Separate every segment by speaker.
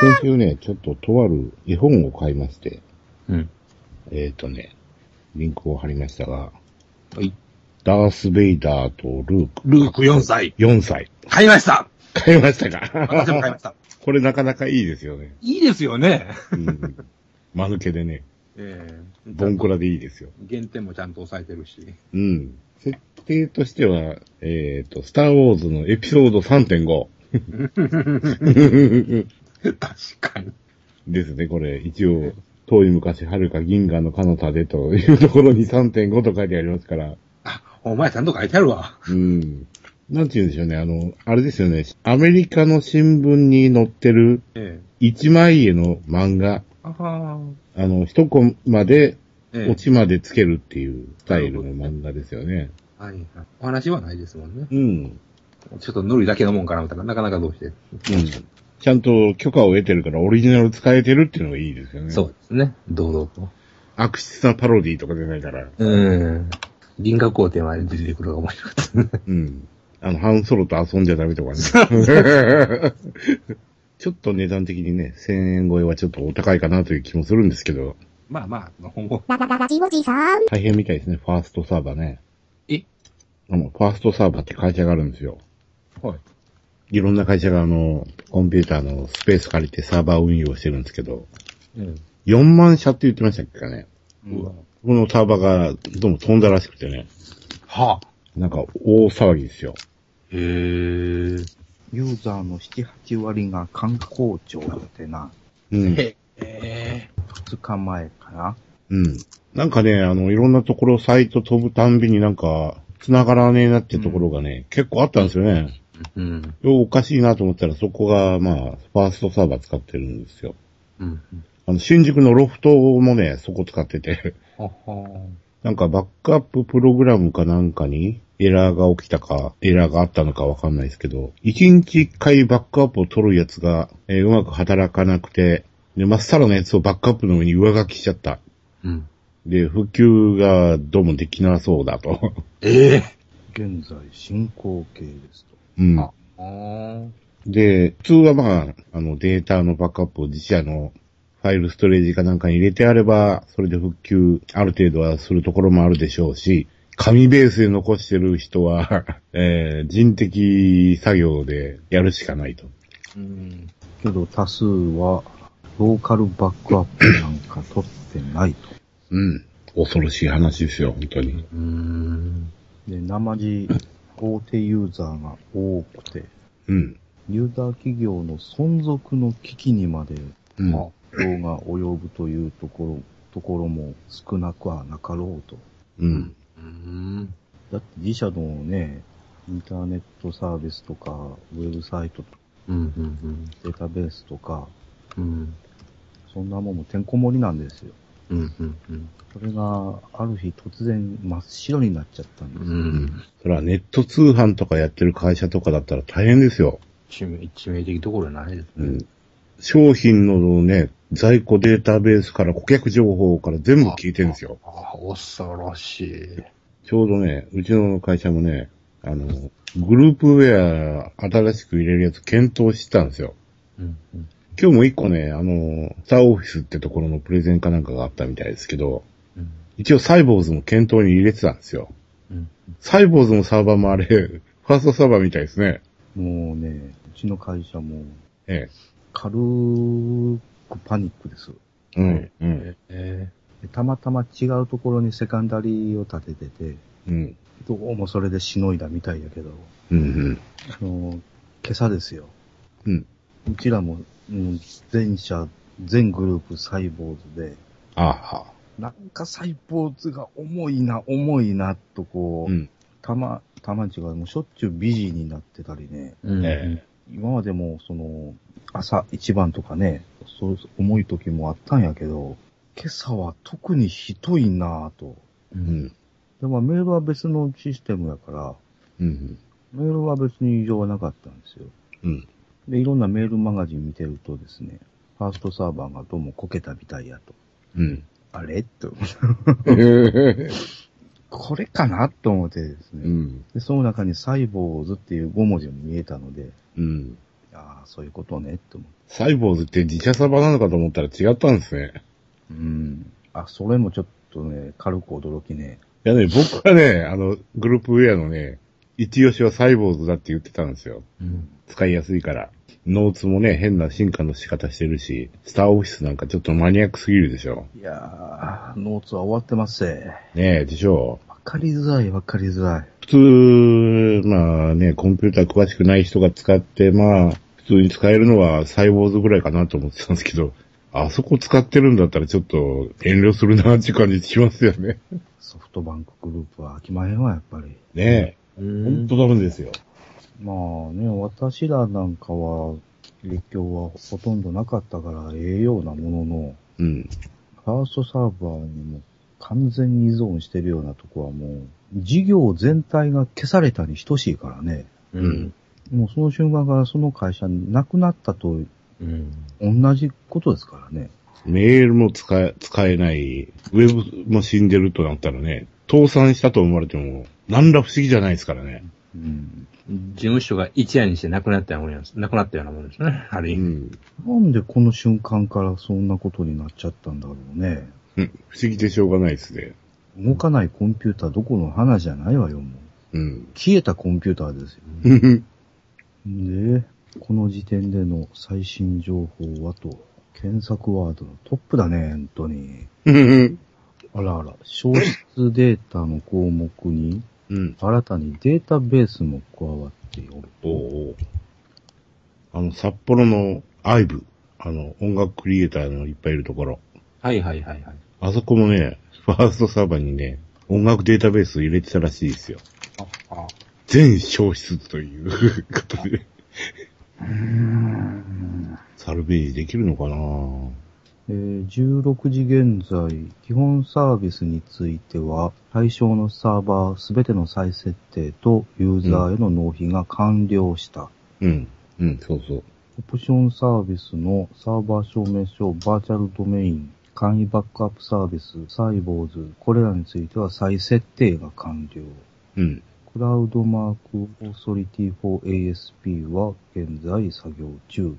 Speaker 1: 先週ね、ちょっととある絵本を買いまして、
Speaker 2: うん。
Speaker 1: えっ、ー、とね、リンクを貼りましたが、
Speaker 2: はい。
Speaker 1: ダース・ベイダーとルーク、
Speaker 2: ルーク4歳。
Speaker 1: 4歳。
Speaker 2: 買いました
Speaker 1: 買いました
Speaker 2: 私も買いま
Speaker 1: か
Speaker 2: した。
Speaker 1: これなかなかいいですよね。
Speaker 2: いいですよね。
Speaker 1: うん。間抜けでね、
Speaker 2: ええ
Speaker 1: ボンクラでいいですよ。
Speaker 2: 原点もちゃんと押さえてるし。
Speaker 1: うん。設定としては、えっ、と、スター・ウォーズのエピソード3.5。
Speaker 2: 確かに。
Speaker 1: ですね、これ。一応、遠い昔、遥か銀河の彼方でというところに3.5と書いてありますから。
Speaker 2: あ、お前ちゃんと書いてあるわ。
Speaker 1: うん。なんて言うんでしょうね。あの、あれですよね。アメリカの新聞に載ってる
Speaker 2: え
Speaker 1: 一枚絵の漫画。
Speaker 2: えあはー
Speaker 1: あの、一コマで、
Speaker 2: え
Speaker 1: 落
Speaker 2: え
Speaker 1: ちまでつけるっていうスタイルの漫画ですよね。
Speaker 2: はいはい。お話はないですもんね。
Speaker 1: うん。
Speaker 2: ちょっと塗りだけのもんかなみたいな。なかなかどうして。
Speaker 1: うん。ちゃんと許可を得てるからオリジナル使えてるっていうのがいいですよね。
Speaker 2: そう。ですね。堂々と。
Speaker 1: 悪質なパロディとか出ない から。
Speaker 2: うん。銀河皇帝まで出てくるのが面白かったね。
Speaker 1: うん。あの、ハンソロと遊んじゃダメとかね。 ちょっと値段的にね、1000円超えはちょっとお高いかなという気もするんですけど、
Speaker 2: まあまあ、今後。
Speaker 3: ララララジオジさーん。
Speaker 1: 大変みたいですね、ファーストサーバーね。
Speaker 2: え
Speaker 1: あの、ファーストサーバーって会社があるんですよ。
Speaker 2: はい。
Speaker 1: いろんな会社があの、コンピューターのスペース借りてサーバー運用してるんですけど、
Speaker 2: うん。
Speaker 1: 4万社って言ってましたっけかね。
Speaker 2: うわ。
Speaker 1: このサーバーがどうも飛んだらしくてね、
Speaker 2: はあ。
Speaker 1: なんか大騒ぎですよ。
Speaker 2: へえ。
Speaker 4: ユーザーの7、8割が観光庁ってな、
Speaker 1: うん。
Speaker 2: へえ。
Speaker 4: 2日前かな。
Speaker 1: うん。なんかね、あの、いろんなところサイト飛ぶたんびになんか、繋がらねえなってところがね、結構あったんですよね。
Speaker 2: うん。
Speaker 1: よおかしいなと思ったらそこが、まあ、ファーストサーバー使ってるんですよ。
Speaker 2: うん。
Speaker 1: あの、新宿のロフトもね、そこ使ってて、
Speaker 2: はは。
Speaker 1: なんかバックアッププログラムかなんかにエラーが起きたか、エラーがあったのかわかんないですけど、1日1回バックアップを取るやつが、えーうまく働かなくて、で、まっさらのやつをバックアップの上に上書きしちゃった。
Speaker 2: うん。
Speaker 1: で、復旧がどうもできなそうだと。
Speaker 2: ええ。
Speaker 4: 現在進行形ですと。
Speaker 1: うん。
Speaker 2: ああー
Speaker 1: で、普通はまあ、あの、データのバックアップを自社のファイルストレージかなんかに入れてあれば、それで復旧、ある程度はするところもあるでしょうし、紙ベースで残してる人は、 えー人的作業でやるしかないと。
Speaker 2: うん。
Speaker 4: けど多数は、ローカルバックアップなんか取ってないと。
Speaker 1: うん。恐ろしい話ですよ、本当に。
Speaker 2: うん。
Speaker 4: で、生地、大手ユーザーが多くて、
Speaker 1: うん。
Speaker 4: ユーザー企業の存続の危機にまで
Speaker 1: うん。
Speaker 2: あ
Speaker 4: 影響が及ぶというところ、ところも少なくはなかろうと。
Speaker 1: うん。
Speaker 2: うん。
Speaker 4: だって自社のね、インターネットサービスとか、ウェブサイトとか、
Speaker 2: うん。うん。
Speaker 4: データベースとか、
Speaker 2: うん。
Speaker 4: そんなもんもてんこ盛りなんですよ。
Speaker 2: うん。うん。
Speaker 4: それが、ある日突然真っ白になっちゃったん
Speaker 2: う
Speaker 4: です。
Speaker 2: ん。
Speaker 1: それはネット通販とかやってる会社とかだったら大変ですよ。
Speaker 2: 致命、致命的どころじゃないです
Speaker 1: う
Speaker 2: ね。
Speaker 1: ん商品のね、在庫データベースから顧客情報から全部聞いてるんですよ。
Speaker 2: ああ、恐ろしい。
Speaker 1: ちょうどね、うちの会社もね、あの、グループウェア新しく入れるやつ検討してたんですよ。
Speaker 2: うん。
Speaker 1: 今日も一個ね、あの、スターオフィスってところのプレゼンかなんかがあったみたいですけど、
Speaker 2: うん。
Speaker 1: 一応サイボーズも検討に入れてたんですよ。
Speaker 2: うん。
Speaker 1: サイボーズのサーバーもあれ、 ファーストサーバーみたいですね。
Speaker 4: もうね、うちの会社も、
Speaker 1: え
Speaker 4: 軽くパニックです。
Speaker 1: え。うん、うん、
Speaker 2: ええ。
Speaker 4: でたまたま違うところにセカンダリーを立ててて、
Speaker 1: うん、
Speaker 4: どうもそれでしのいだみたいやけど、
Speaker 1: うん、うん、
Speaker 4: あの、今朝ですよ。
Speaker 1: うん。
Speaker 4: うちらも、うん、全社、全グループサイボーズで、
Speaker 1: あは。
Speaker 4: なんかサイボーズが重いな、重いな、とこう、
Speaker 1: うん、
Speaker 4: たま、たまに違う、もうしょっちゅうビジーになってたりね、
Speaker 2: うん。
Speaker 1: え
Speaker 4: 今までも、その、朝一番とかね、そう、重い時もあったんやけど、今朝は特にひどいなぁと。
Speaker 1: う
Speaker 2: う。
Speaker 1: んん、
Speaker 4: でもメールは別のシステムやから、
Speaker 1: うん、
Speaker 4: メールは別に異常はなかったんですよ。
Speaker 1: うん、
Speaker 4: で、いろんなメールマガジン見てるとですね、ファーストサーバーがどうもこけたみたいやと。
Speaker 1: うん。
Speaker 4: あれと。
Speaker 1: う
Speaker 4: これかなと思ってですね。
Speaker 1: ん、
Speaker 4: で、その中にサイボーズっていう5文字も見えたので、
Speaker 1: うん。
Speaker 4: ああ、そういうことねって思って。
Speaker 1: サイボーズって自社サバなのかと思ったら違ったんですね。
Speaker 4: うん。あ、それもちょっとね、軽く驚きね。
Speaker 1: いやね、僕はね、あの、グループウェアのね、一押しはサイボーズだって言ってたんですよ。
Speaker 2: うん。
Speaker 1: 使いやすいから。ノーツもね、変な進化の仕方してるし、スターオフィスなんかちょっとマニアックすぎるでしょ。
Speaker 4: いやー、ノーツは終わってますぜ。
Speaker 1: ねえ、でしょ
Speaker 4: わかりづらい、わかりづらい。
Speaker 1: 普通、まあね、コンピューター詳しくない人が使って、まあ、普通に使えるのはサイボーズぐらいかなと思ってたんですけど、あそこ使ってるんだったらちょっと遠慮するなっていう感じしますよね。
Speaker 4: ソフトバンクグループは飽きまへんわ、やっぱり。
Speaker 1: ね
Speaker 2: う
Speaker 1: え、
Speaker 2: ん
Speaker 1: ほんとダメですよ。
Speaker 4: まあね、私らなんかは、影響はほとんどなかったから、ええようなものの、
Speaker 1: うん。
Speaker 4: ファーストサーバーにも完全に依存してるようなとこはもう、事業全体が消されたに等しいからね。
Speaker 2: うん。
Speaker 4: もうその瞬間からその会社なくなったと
Speaker 2: うん。
Speaker 4: 同じことですからね。
Speaker 1: メールも使え、使えない、ウェブも死んでるとなったらね、倒産したと思われても、何ら不思議じゃないですからね。
Speaker 4: うん。
Speaker 2: 事務所が一夜にしてなくなったようなもんです。なくなったようなもんですね。あ
Speaker 1: う
Speaker 2: る意味。
Speaker 1: ん。
Speaker 4: なんでこの瞬間からそんなことになっちゃったんだろうね。
Speaker 1: うん不思議でしょうがないですね。
Speaker 4: 動かないコンピューターどこの花じゃないわよ、もう。
Speaker 1: うん。
Speaker 4: 消えたコンピューターですよ。で、この時点での最新情報はと、検索ワードのトップだね、本当に。あらあら、消失データの項目に、
Speaker 1: うん。
Speaker 4: 新たにデータベースも加わっておる。
Speaker 1: おうおうあの、札幌のアイブ、あの、音楽クリエイターのいっぱいいるところ。
Speaker 2: はいはいはいはい。
Speaker 1: あそこもね、ファーストサーバーにね、音楽データベースを入れてたらしいですよ。
Speaker 2: ああ。
Speaker 1: 全消失という ことで。サルベージできるのかな
Speaker 4: えー16時現在、基本サービスについては、対象のサーバーすべての再設定とユーザーへの納費が完了した。
Speaker 1: うん。うん、そうそう。
Speaker 4: オプションサービスのサーバー証明書、バーチャルドメイン、簡易バックアップサービス、サイボーズ、これらについては再設定が完了。
Speaker 1: うん。
Speaker 4: クラウドマークオーソリティ 4ASP は現在作業中。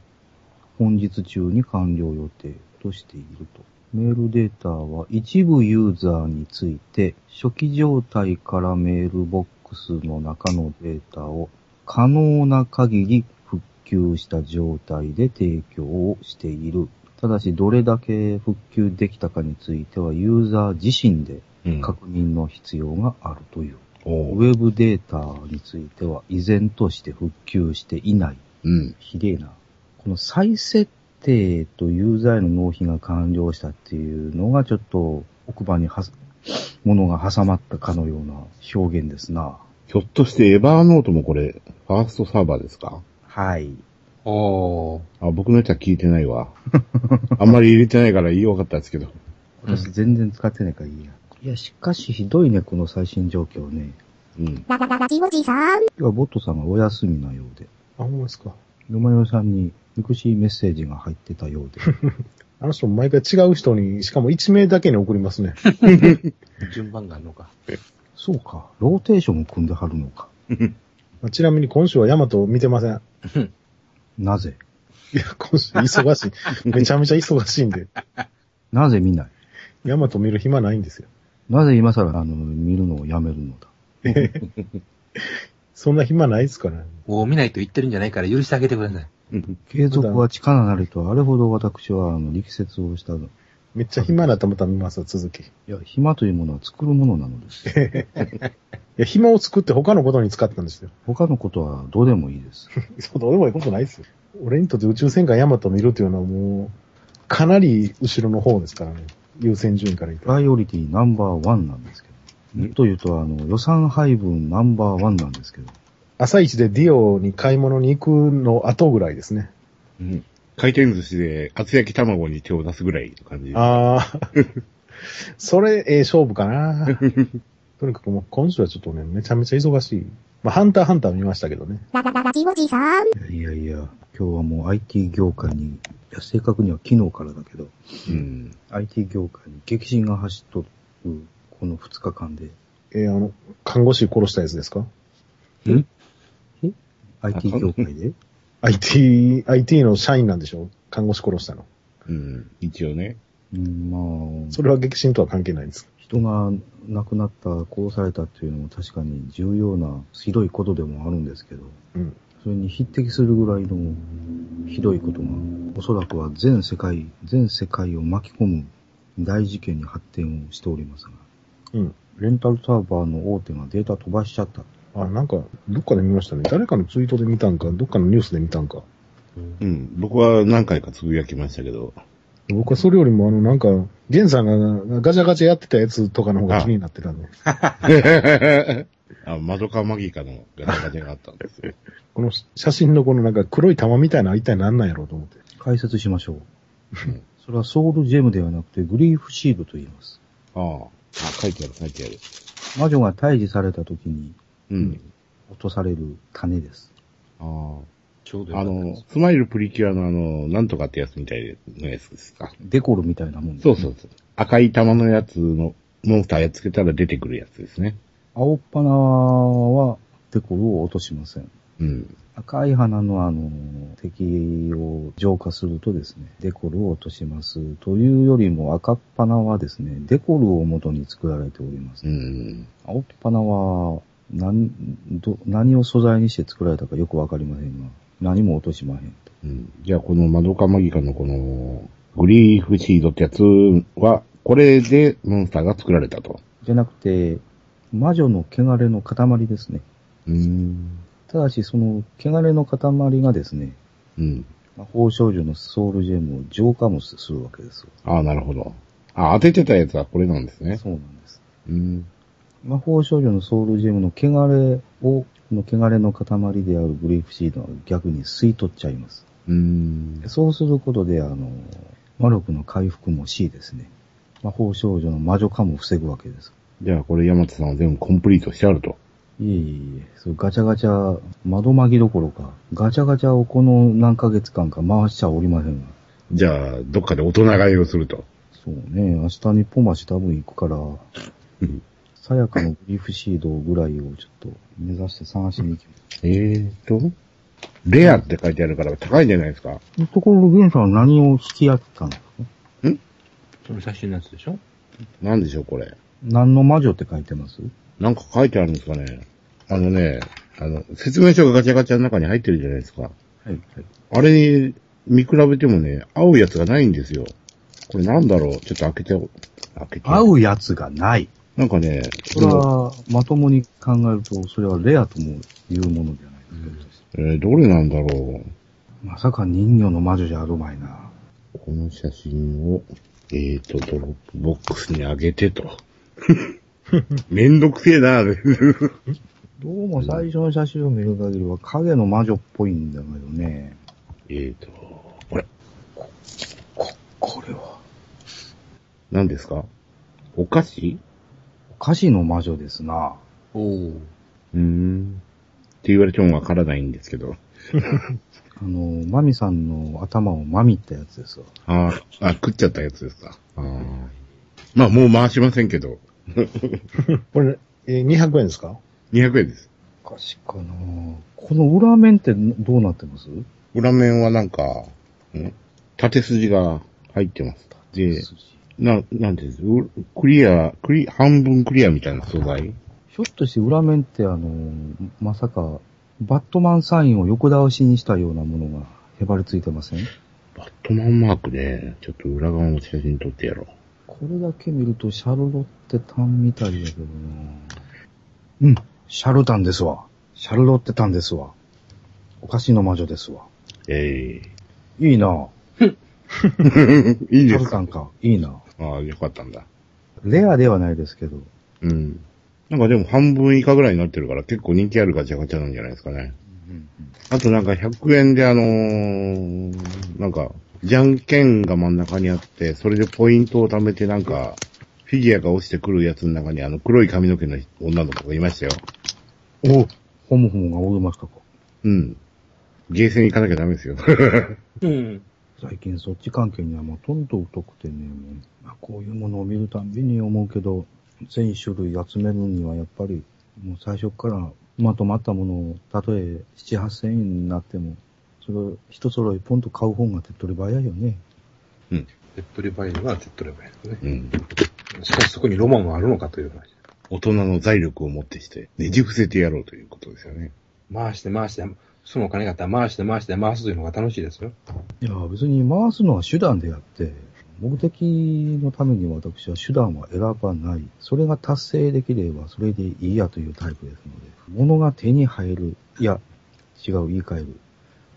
Speaker 4: 本日中に完了予定としていると。メールデータは一部ユーザーについて初期状態からメールボックスの中のデータを可能な限り復旧した状態で提供をしている。ただし、どれだけ復旧できたかについてはユーザー自身で
Speaker 1: うん。
Speaker 4: 確認の必要があるという。
Speaker 1: おう
Speaker 4: ウェブデータについては依然として復旧していない。
Speaker 1: うん。
Speaker 4: ひでえな。この再設定とユーザーへの納費が完了したっていうのがちょっと奥歯にはす、ものが挟まったかのような表現ですな。
Speaker 1: ひょっとしてエバーノートもこれ、ファーストサーバーですか
Speaker 4: はい。
Speaker 2: おー。
Speaker 1: あ、僕のやつは聞いてないわ。あんまり入れてないから言いよかったですけど。
Speaker 4: 私全然使ってないからいいや。いや、しかしひどいね、この最新状況ね。
Speaker 1: うん。
Speaker 3: ララララジオジさん。
Speaker 4: 今日はボットさんがお休みなようで、
Speaker 5: あ、ほんまですか。
Speaker 4: ヨマヨさんにミクシーメッセージが入ってたようで、
Speaker 5: あの人も毎回違う人に、しかも一名だけに送りますね。
Speaker 2: 順番があるのか。
Speaker 4: そうか、ローテーションを組んではるのか。
Speaker 5: まあちなみに今週はヤマトを見てません。いや、
Speaker 4: なぜ
Speaker 5: 今週忙しい。めちゃめちゃ忙しいんで。
Speaker 4: なぜ見ない
Speaker 5: ヤマト見る暇ないんですよ。
Speaker 4: なぜ今更、あの、見るのをやめるのだ
Speaker 5: そんな暇ないですから、ね。
Speaker 2: もう見ないと言ってるんじゃないから許してあげてください。
Speaker 4: 継続は力なりと、あれほど私は、あの、力説をしたの。い
Speaker 5: めっちゃ暇なと思ったら見ますわ、続き。い
Speaker 4: や、暇というものは作るものなのです。
Speaker 5: や、暇を作って他のことに使ったんですよ。
Speaker 4: 他のことはどうでもいいです。
Speaker 5: そう、どうでもいいことないですよ。俺にとって宇宙戦艦ヤマトを見るというのはもう、かなり後ろの方ですからね。優先順位から言う
Speaker 4: プ
Speaker 5: と。
Speaker 4: ライオリティナンバーワンなんですけど。もっと言うと、あの、予算配分ナンバーワンなんですけど。
Speaker 5: 朝一でディオに買い物に行くの後ぐらいですね。
Speaker 1: うん回転寿司で厚焼き卵に手を出すぐらいの感じ。
Speaker 5: ああ。 それ、ええ勝負かな。とにかくもう今週はちょっとね、めちゃめちゃ忙しい。まあ、ハンターハンター見ましたけどね。
Speaker 3: ララララジオジさん。
Speaker 4: いやいや、今日はもう IT 業界に、いや、正確には昨日からだけど、
Speaker 1: うん。
Speaker 4: IT 業界に激震が走っとる、この2日間で、
Speaker 5: えーあの、看護師殺したやつですか
Speaker 4: IT 業界で
Speaker 5: IT、IT の社員なんでしょ看護師殺したの。
Speaker 1: うん。一応ね。
Speaker 4: うん、まあ、
Speaker 5: それは激震とは関係ないんです。
Speaker 4: 人が亡くなった、殺されたっていうのも確かに重要な、ひどいことでもあるんですけど、
Speaker 5: うん。
Speaker 4: それに匹敵するぐらいのひどいことが、おそらくは全世界、全世界を巻き込む大事件に発展をしておりますが、
Speaker 5: うん。
Speaker 4: レンタルサーバーの大手がデータ飛ばしちゃった。
Speaker 5: あ、なんか、どっかで見ましたね。誰かのツイートで見たんか、どっかのニュースで見たんか。
Speaker 1: うん。僕は何回かつぶやきましたけど。
Speaker 5: 僕はそれよりも、あの、なんか、ゲンさんがガチャガチャやってたやつとかの方が気になってたんで、
Speaker 1: あ、マドカマギカのガチャガチャがあったん ですよ。
Speaker 5: この写真のこのなんか黒い玉みたいなのは一体何なんやろうと思って。
Speaker 4: 解説しましょう
Speaker 1: うん。
Speaker 4: それはソウルジェムではなくてグリーフシールと言います。
Speaker 1: ああ。あ、書いてある書いてある。
Speaker 4: 魔女が退治された時に
Speaker 1: うん。
Speaker 4: 落とされる種です。
Speaker 1: あ
Speaker 2: ちょうど
Speaker 1: あ。あ
Speaker 2: よかったで
Speaker 1: の
Speaker 2: す、
Speaker 1: スマイルプリキュアのあの、なんとかってやつみたいなやつですか。
Speaker 4: デコルみたいなもんです、
Speaker 1: そうそうそう。赤い玉のやつの、モンスターやっつけたら出てくるやつですね。
Speaker 4: 青っ鼻はデコルを落としません。
Speaker 1: うん。
Speaker 4: 赤い花のあの、敵を浄化するとですね、デコルを落とします。というよりも赤っ鼻はですね、デコルを元に作られております。
Speaker 1: うん。
Speaker 4: 青っ鼻は、何、ど、何を素材にして作られたかよくわかりませんが、何も落としまへんと。
Speaker 1: うん。じゃあ、このマドカマギカのこの、グリーフシードってやつは、これでモンスターが作られたと。
Speaker 4: じゃなくて、魔女の汚れの塊ですね。
Speaker 1: うん。
Speaker 4: ただし、その、汚れの塊がですね、
Speaker 1: うん。
Speaker 4: 魔法少女のソウルジェムを浄化もするわけですよ。
Speaker 1: ああ、なるほど。あ、当ててたやつはこれなんですね。
Speaker 4: そうなんです。
Speaker 1: うん。
Speaker 4: 魔法少女のソウルジェムの汚れを、の汚れの塊であるグリーフシードは逆に吸い取っちゃいます。
Speaker 1: うん。
Speaker 4: そうすることで、あの、魔力の回復も C ですね。魔法少女の魔女化も防ぐわけです。
Speaker 1: じゃあ、これ山田さんは全部コンプリートしてあると。
Speaker 4: いえいえいえ、そうガチャガチャ、窓まぎどころか、ガチャガチャをこの何ヶ月間か回しちゃおりませんが。
Speaker 1: じゃあ、どっかで大人買いをすると。
Speaker 4: そうね、明日日本橋多分行くから、
Speaker 1: うん。
Speaker 4: さやかのグリーフシードぐらいをちょっと目指して探しに行きま
Speaker 1: えーと、レアって書いてあるから高いんじゃないですか。
Speaker 4: す。ところで、ゲンさんは何を引き当てたんですか
Speaker 2: その写真のやつでしょ
Speaker 1: なんでしょう、これ。
Speaker 4: 何の魔女って書いてます
Speaker 1: なんか書いてあるんですかね。あのね、あの、説明書がガチャガチャの中に入ってるじゃないですか。
Speaker 4: はい、はい。
Speaker 1: あれ、見比べてもね、合うやつがないんですよ。これなんだろうちょっと開けて、開けて。
Speaker 4: 合うやつがない。
Speaker 1: なんかね、
Speaker 4: それは、まともに考えると、それはレアとも言うものじゃないですか。
Speaker 1: えーどれなんだろ
Speaker 4: まさか人魚の魔女じゃあるまいな。
Speaker 1: うこの写真を、えーと、ドロップボックスに上げてと。 めんどくせえな
Speaker 4: どうも最初の写真を見る限りは影の魔女っぽいんだけどね。
Speaker 1: えーと、これ、
Speaker 4: こ、これは。
Speaker 1: 何ですかお菓子
Speaker 4: お菓子の魔女ですな。
Speaker 2: おお。
Speaker 1: うーん。って言われてもわからないんですけど。
Speaker 4: あの、マミさんの頭をマミったやつですわ。
Speaker 1: あーあ、食っちゃったやつですか。あーまあ、もう回しませんけど、
Speaker 5: これ、えー200円ですか
Speaker 1: 200円です。
Speaker 4: お菓子かなこの裏面ってどうなってます
Speaker 1: 裏面はなんか、ん縦筋が入ってます。で、
Speaker 4: 筋
Speaker 1: な、なんていうんですうクリア、クリ、半分クリアみたいな素材
Speaker 4: ひょっとして裏面ってあの、まさか、バットマンサインを横倒しにしたようなものがへばりついてません
Speaker 1: バットマンマークね、ちょっと裏側の写真撮ってやろう。
Speaker 4: これだけ見るとシャルロッテタンみたいだけどなうん、シャルタンですわ。シャルロッテタンですわ。お菓子の魔女ですわ。
Speaker 1: え
Speaker 4: いいな
Speaker 1: えいい
Speaker 4: シャ
Speaker 1: で
Speaker 4: ル
Speaker 1: す
Speaker 4: タ
Speaker 1: か
Speaker 4: ンか。いいな
Speaker 1: ああ、よかったんだ。
Speaker 4: レアではないですけど、
Speaker 1: うん。なんかでも半分以下ぐらいになってるから結構人気あるガチャガチャなんじゃないですかね。あとなんか100円であのー、なんか、じゃんけんが真ん中にあって、それでポイントを貯めてなんか、フィギュアが落ちてくるやつの中にあの黒い髪の毛の女の子がいましたよ。
Speaker 4: おホモホモがおりましたか。
Speaker 1: うん。ゲーセン行かなきゃダメですよ。
Speaker 2: うん。
Speaker 4: 最近そっち関係にはもうとんと疎くてね、もうまあ、こういうものを見るたんびに思うけど、全種類集めるにはやっぱり、もう最初からまとまったものを、たとえ7、8千円になっても、それ、一揃いポンと買う方が手っ取り早いよね。
Speaker 2: 手っ取り早いのは手っ取り早いですね。
Speaker 1: うん。
Speaker 2: しかしそこにロマンはあるのかという話。
Speaker 1: 大人の財力を持ってして、ねじ伏せてやろうということですよね。
Speaker 2: 回して回して、そのお金があったら回して回して回すというのが楽しいですよ。
Speaker 4: いや、別に回すのは手段であって、目的のために私は手段は選ばない。それが達成できればそれでいいやというタイプですので、物が手に入る。いや、違う、言い換える。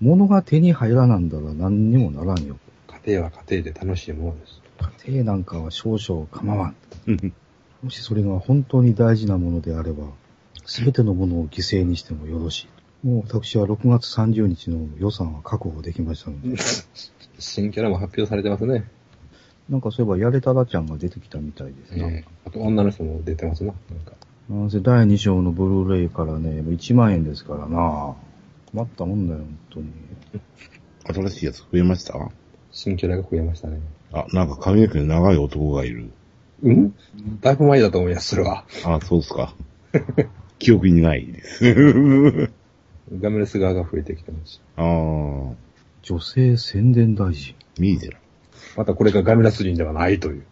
Speaker 4: 物が手に入らなんだら何にもならんよ。
Speaker 2: 家庭は家庭で楽しいものです。
Speaker 4: 家庭なんかは少々構わん。
Speaker 1: うん
Speaker 4: もしそれが本当に大事なものであれば、すべてのものを犠牲にしてもよろしい。もう私は6月30日の予算は確保できましたので、
Speaker 2: 新キャラも発表されてますね。
Speaker 4: なんかそういえばやれたらちゃんが出てきたみたいですね。
Speaker 2: ええあと女の人も出てますな。なんか
Speaker 4: なんせ第2章のブルーレイからね、もう1万円ですからな困ったもんだよ、本当に。
Speaker 1: 新しいやつ増えました
Speaker 2: 新キャラが増えましたね。
Speaker 1: あ、なんか髪の毛の長い男がいる。
Speaker 2: うんだいぶ前だと思います、それは。
Speaker 1: あ、そうですか。 記憶にないです。
Speaker 2: ガメレス側が増えてきてます。
Speaker 1: あー、
Speaker 4: 女性宣伝大臣。
Speaker 1: ミーゼラ。
Speaker 2: またこれがガメラス人ではないという。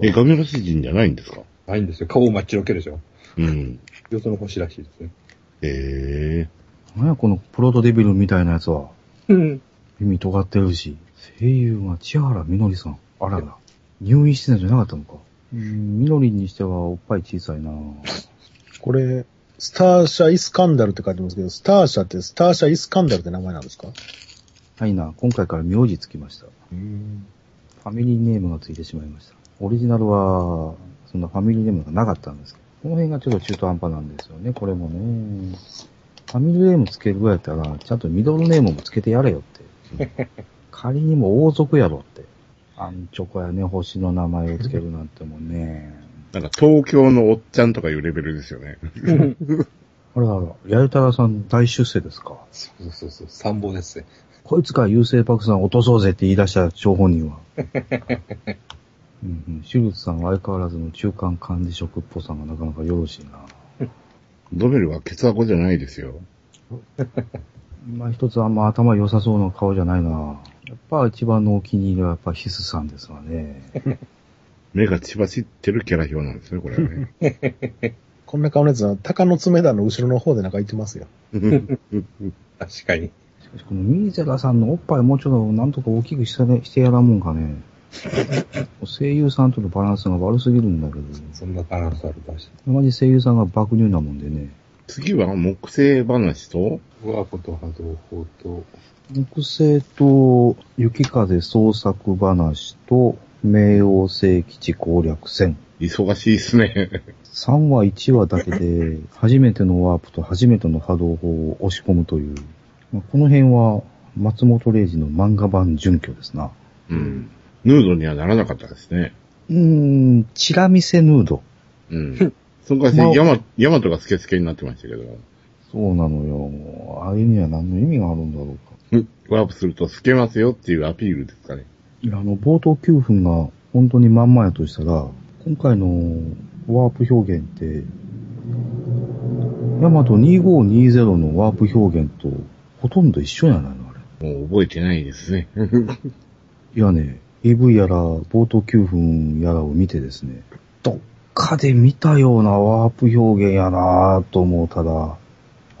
Speaker 1: え、ガメラ詩人じゃないんですか
Speaker 2: ないんですよ。顔を真っ白けでしょ。
Speaker 1: うん。
Speaker 2: よその星らしいですね。
Speaker 1: え
Speaker 4: なんやこのプロトデビルみたいなやつは。
Speaker 2: うん。
Speaker 4: 耳尖ってるし、声優が千原みのりさん。あらら。入院してたんじゃなかったのか。うーん、みのりにしてはおっぱい小さいな
Speaker 5: これ、スターシャ・イスカンダルって書いてますけど、スターシャってスターシャ・イスカンダルって名前なんですか
Speaker 4: はいな、今回から名字つきました。ファミリーネームがついてしまいました。オリジナルは、そんなファミリーネームがなかったんですけど、この辺がちょっと中途半端なんですよね、これもね。ファミリーネームつけるぐらいやったら、ちゃんとミドルネームもつけてやれよって。仮にも王族やろって。アンチョコやね、星の名前をつけるなんてもうね。
Speaker 1: ー、なんか東京のおっちゃんとかいうレベルですよね。
Speaker 4: あらあら、やゆたらさん大出世ですか。
Speaker 2: そうそうそう。参謀ですね。
Speaker 4: こいつから優勢爆弾落とそうぜって言い出した張本人は。 うんうん、シュルツさんは相変わらずの中間管理職っぽさがなかなかよろしいな。
Speaker 1: ドベルはケツアコじゃないですよ。
Speaker 4: 今一つあんま頭良さそうな顔じゃないな。やっぱ一番のお気に入りはやっぱヒスさんですわね。
Speaker 1: 目が血走ってるキャラ表なんですね、これは ね。
Speaker 5: こんな顔のやつは、鷹の爪団の後ろの方でなんか言ってますよ。
Speaker 2: 確かに。
Speaker 4: しかしこのミーゼラさんのおっぱいもうちょっとなんとか大きくして,、ね、してやらんもんかね。声優さんとのバランスが悪すぎるんだけど、
Speaker 2: そんなバランスあるらしい。
Speaker 4: たまに声優さんが爆乳なもんでね。
Speaker 1: 次は木星話と、
Speaker 2: うわこと波動法と、
Speaker 4: 木星と雪風創作話と冥王星基地攻略戦。
Speaker 1: 忙しいですね。
Speaker 4: 3話1話だけ で、初めてのワープと初めての波動砲を押し込むという。まあこの辺は、松本零士の漫画版準拠ですな。
Speaker 1: うん。ヌードにはならなかったですね。
Speaker 4: うーん、チラ見せヌード。
Speaker 1: うん。そのかし、
Speaker 4: まあ
Speaker 1: ヤマ、ヤマトがスケスケになってましたけど、
Speaker 4: そうなのよ。あれには何の意味があるんだろうか。
Speaker 1: ワープするとスケますよっていうアピールですかね。
Speaker 4: いや、あの、冒頭9分が本当にまんまやとしたら、今回のワープ表現って、ヤマト2520のワープ表現とほとんど一緒やないのあれ。
Speaker 1: もう覚えてないですね。
Speaker 4: いやね、AV やら冒頭9分やらを見てですね、どっかで見たようなワープ表現やなぁと思うたら、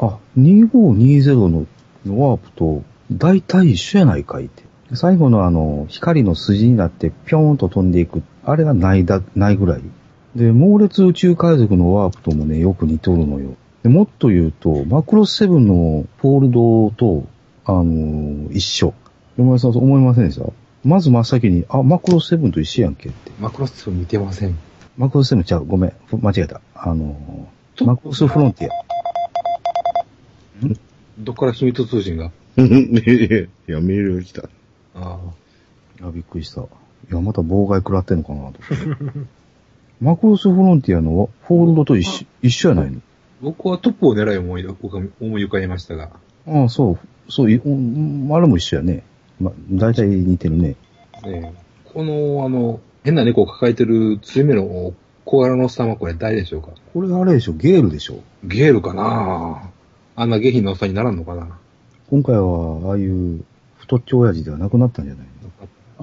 Speaker 4: あ、2520のワープと大体一緒やないかいって。最後のあの、光の筋になってぴょーんと飛んでいく、あれがないだ、ないぐらい。で、猛烈宇宙海賊のワープともね、よく似とるのよ。でもっと言うと、マクロスセブンのフォールドと、あのー一緒。山井さん、そう思いませんでしたまず真っ先に、あ、マクロスセブンと一緒やんけって。
Speaker 2: マクロスを見てません。
Speaker 4: マクロスセブンちゃう、ごめん、ふ間違えた。あのーマクロスフロンティア。
Speaker 2: どっから秘密通信が
Speaker 1: いや、メールが来た。
Speaker 2: ああ。
Speaker 4: いや、びっくりした。いや、また妨害食らってんの かなと。マクロスフロンティアのフォールドと一緒、一緒やないの
Speaker 2: 僕はトップを狙い思い浮かび思い浮かべましたが、
Speaker 4: ああ、そう、そう、いうんうんあれも一緒やね。ま、大体似てるね。
Speaker 2: ねえ、この、あの、変な猫を抱えてるつい目の小柄のおっさんはこれ誰でしょうか
Speaker 4: これあれでしょ、ゲールでしょ。
Speaker 2: ゲールかなあんな下品なおっさんにならんのかな
Speaker 4: 今回は、ああいうとっちょ親父ではなくなったんじゃない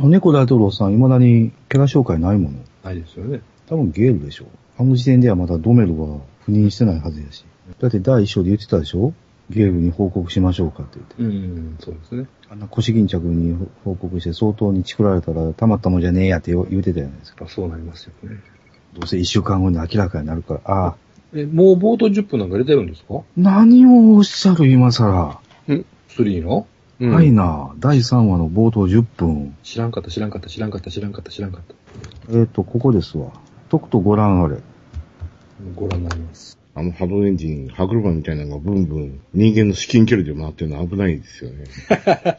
Speaker 4: の猫大統領さん、未だに怪我紹介ないもの。
Speaker 2: ないですよね。
Speaker 4: 多分ゲールでしょう。あの時点ではまだドメルは赴任してないはずやし。だって第一章で言ってたでしょゲールに報告しましょうかって言って。
Speaker 2: うん、そうですね。
Speaker 4: あんな腰巾着に報告して相当にチクられたらたまったもんじゃねえやって言う言うてたじゃないですか。
Speaker 2: やっぱそうなりますよね。
Speaker 4: どうせ一週間後に明らかになるから。ああ、
Speaker 2: え、もう冒頭10分なんか入れてるんですか
Speaker 4: 何をおっしゃる今更。
Speaker 2: ?3 の、う
Speaker 4: ら
Speaker 2: ん、
Speaker 4: はいな、第3話の冒頭10分。
Speaker 2: 知らんかった、知らんかった、知らんかった、知らんかった、知らんかった。
Speaker 4: えっ、と、ここですわ。とくとご覧あれ。
Speaker 2: ご覧になります。
Speaker 1: あの波動エンジン、歯車みたいなのがブンブン、人間の至近距離で回ってるのは危ないですよね。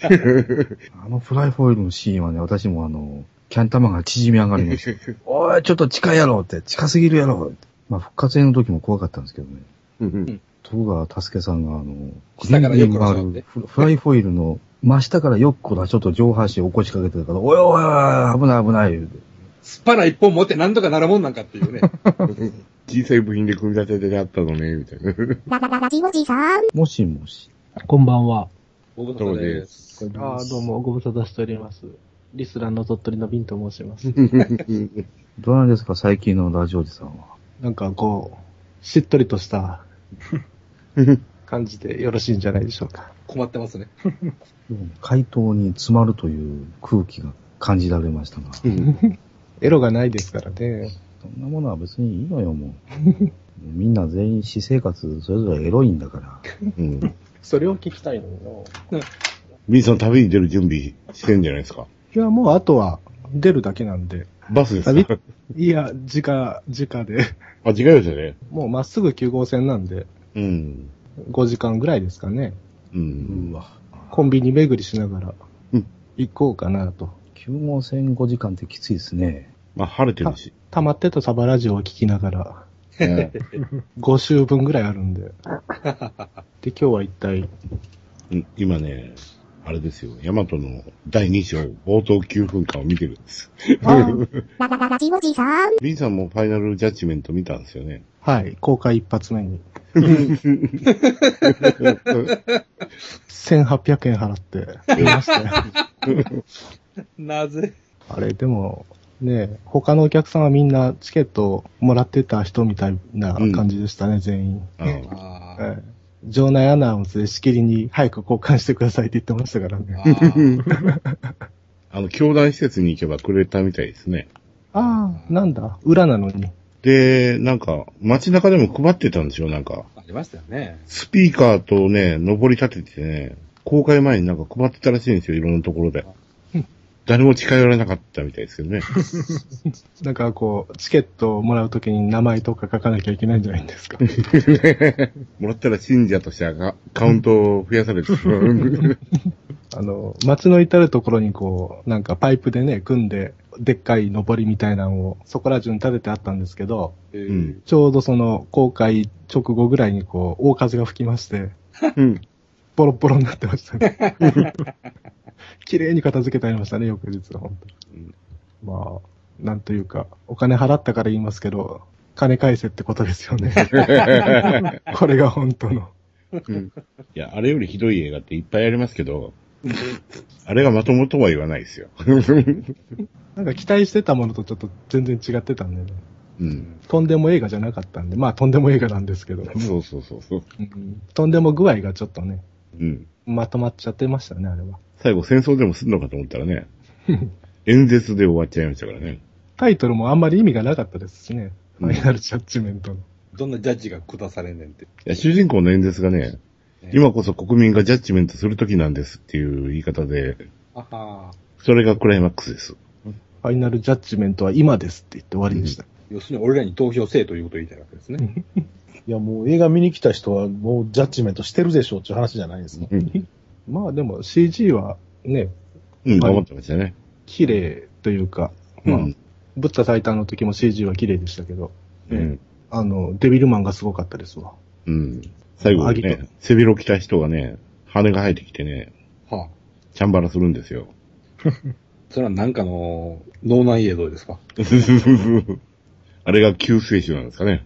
Speaker 4: あのフライフォイルのシーンはね、私もあの、キャン玉が縮み上がりま した。おい、ちょっと近いやろって、近すぎるやろって。まあ、復活編の時も怖かったんですけどね。徳川助さんがあの、
Speaker 2: 下からよっこらし
Speaker 4: ぐ
Speaker 2: ょ
Speaker 4: ん
Speaker 2: っ
Speaker 4: ぐん回
Speaker 2: て
Speaker 4: るフフライフォイルの真下からよっこらちょっと上半身起こしかけてたから、おいおいおい、危ない危ない言うて。
Speaker 2: スパナ一本持ってなんとかなるもんなんかって いうね。
Speaker 1: 小さい部品で組み立ててあったのね、みたいな。
Speaker 3: ララララジオジさん。
Speaker 4: もしもし。
Speaker 6: こんばんは。
Speaker 2: 大ご
Speaker 1: そう
Speaker 2: で。
Speaker 1: です
Speaker 6: ああ、どうも、ご無沙汰しております。リスランの鳥取のビンと申します。
Speaker 4: どうなんですか、最近のラジオジさんは。
Speaker 6: なんかこう、しっとりとした感じでよろしいんじゃないでしょうか。
Speaker 2: 困ってますね。
Speaker 4: 回答に詰まるという空気が感じられましたが、そん
Speaker 6: エロがないですからね。
Speaker 4: なものは別にいいのよ、もう。 みんな全員私生活それぞれエロいんだから。
Speaker 1: うん。
Speaker 6: それを聞きたいのよ。
Speaker 1: ビンさん旅に出る準備してんじゃないですか。
Speaker 6: いや、もうあとは出るだけなん で。
Speaker 1: バスですか
Speaker 6: いや、直、直で。
Speaker 1: あ、違いますよね。
Speaker 6: もうまっすぐ9号線なんで、
Speaker 1: うん。
Speaker 6: 5時間ぐらいですかね。
Speaker 1: うん。
Speaker 4: わ。
Speaker 6: コンビニ巡りしながら
Speaker 1: うん、
Speaker 6: 行こうかなと。
Speaker 4: 9号線5時間ってきついですね。
Speaker 1: まあ、晴れてるし。
Speaker 6: 溜まってたサバラジオを聞きながら、
Speaker 1: ね
Speaker 6: 5週分ぐらいあるんで。 で、今日は一体、
Speaker 1: うん今ね、あれですよ。ヤマトの第2章、冒頭9分間を見てるんです。
Speaker 3: ララララジオジさん。
Speaker 1: ビンさんもファイナルジャッジメント見たんですよね。
Speaker 6: はい、公開一発目に。1800円払って、見ましたよ。
Speaker 2: なぜ
Speaker 6: あれ、でも、ね、他のお客さんはみんなチケットをもらってた人みたいな感じでしたね、全員。
Speaker 1: あの
Speaker 2: あー
Speaker 6: はい場内アナウンスでしきりに早く交換してくださいって言ってましたからね。
Speaker 2: あー。
Speaker 1: あの、教団施設に行けばくれたみたいですね。
Speaker 6: ああ、なんだ、裏なのに。
Speaker 1: で、なんか、街中でも配ってたんですよ、なんか。
Speaker 2: ありましたよね。
Speaker 1: スピーカーとね、登り立ててね、公開前になんか配ってたらしいんですよ、いろんなところで。誰も近寄らなかったみたいですけどね。
Speaker 6: なんかこう、チケットをもらうときに名前とか書かなきゃいけないんじゃないんですか。
Speaker 1: もらったら信者としてカカウントを増やされてしまう。
Speaker 6: あの、街の至るところにこう、なんかパイプでね、組んで、でっかい上りみたいなのを、そこら中に立ててあったんですけど、
Speaker 2: えー
Speaker 1: うん
Speaker 6: ちょうどその、公開直後ぐらいにこう、大風が吹きまして、
Speaker 1: うん
Speaker 6: ボロッボロになってましたね。綺麗に片付けてありましたね、翌日は、本当に。まあ、なんというか、お金払ったから言いますけど、金返せってことですよね。これが本当の。
Speaker 1: うんいや、あれよりひどい映画っていっぱいありますけど、あれがまともとは言わないですよ。
Speaker 6: なんか期待してたものとちょっと全然違ってたんでね。
Speaker 1: うん、
Speaker 6: とんでも映画じゃなかったんで、まあとんでも映画なんですけど、
Speaker 1: そうそうそうそう、
Speaker 6: うんとんでも具合がちょっとね、
Speaker 1: うん。
Speaker 6: まとまっちゃってましたね、あれは。
Speaker 1: 最後戦争でもすんのかと思ったらね、演説で終わっちゃいましたからね。
Speaker 6: タイトルもあんまり意味がなかったですしね、
Speaker 1: う
Speaker 6: フ
Speaker 1: ん
Speaker 6: ァイナルジャッジメントの。
Speaker 2: どんなジャッジが下されんねんって。
Speaker 1: いや主人公の演説がね、
Speaker 2: ね
Speaker 1: 今こそ国民がジャッジメントするときなんですっていう言い方で、
Speaker 2: あは
Speaker 1: それがクライマックスです。
Speaker 6: ファイナルジャッジメントは今ですって言って終わりでした。
Speaker 2: 要するに俺らに投票せえということを言いたいわけですね。
Speaker 7: いや、もう映画見に来た人はもうジャッジメントしてるでしょうっていう話じゃないですか。
Speaker 6: まあでも CG はね、
Speaker 1: うん、頑張ってましたね。
Speaker 6: 綺麗というか、
Speaker 1: う
Speaker 6: まあ
Speaker 1: ん、
Speaker 6: ブッダ最短の時も CG は綺麗でしたけど、
Speaker 1: うん。
Speaker 6: あの、デビルマンがすごかったですわ。
Speaker 1: うん。最後に
Speaker 6: アギ
Speaker 1: ね、背広着た人がね、羽が生えてきてね、
Speaker 2: はあ。
Speaker 1: チャンバラするんですよ。
Speaker 2: それはなんかの脳内映像ですか
Speaker 1: あれが救世主なんですかね。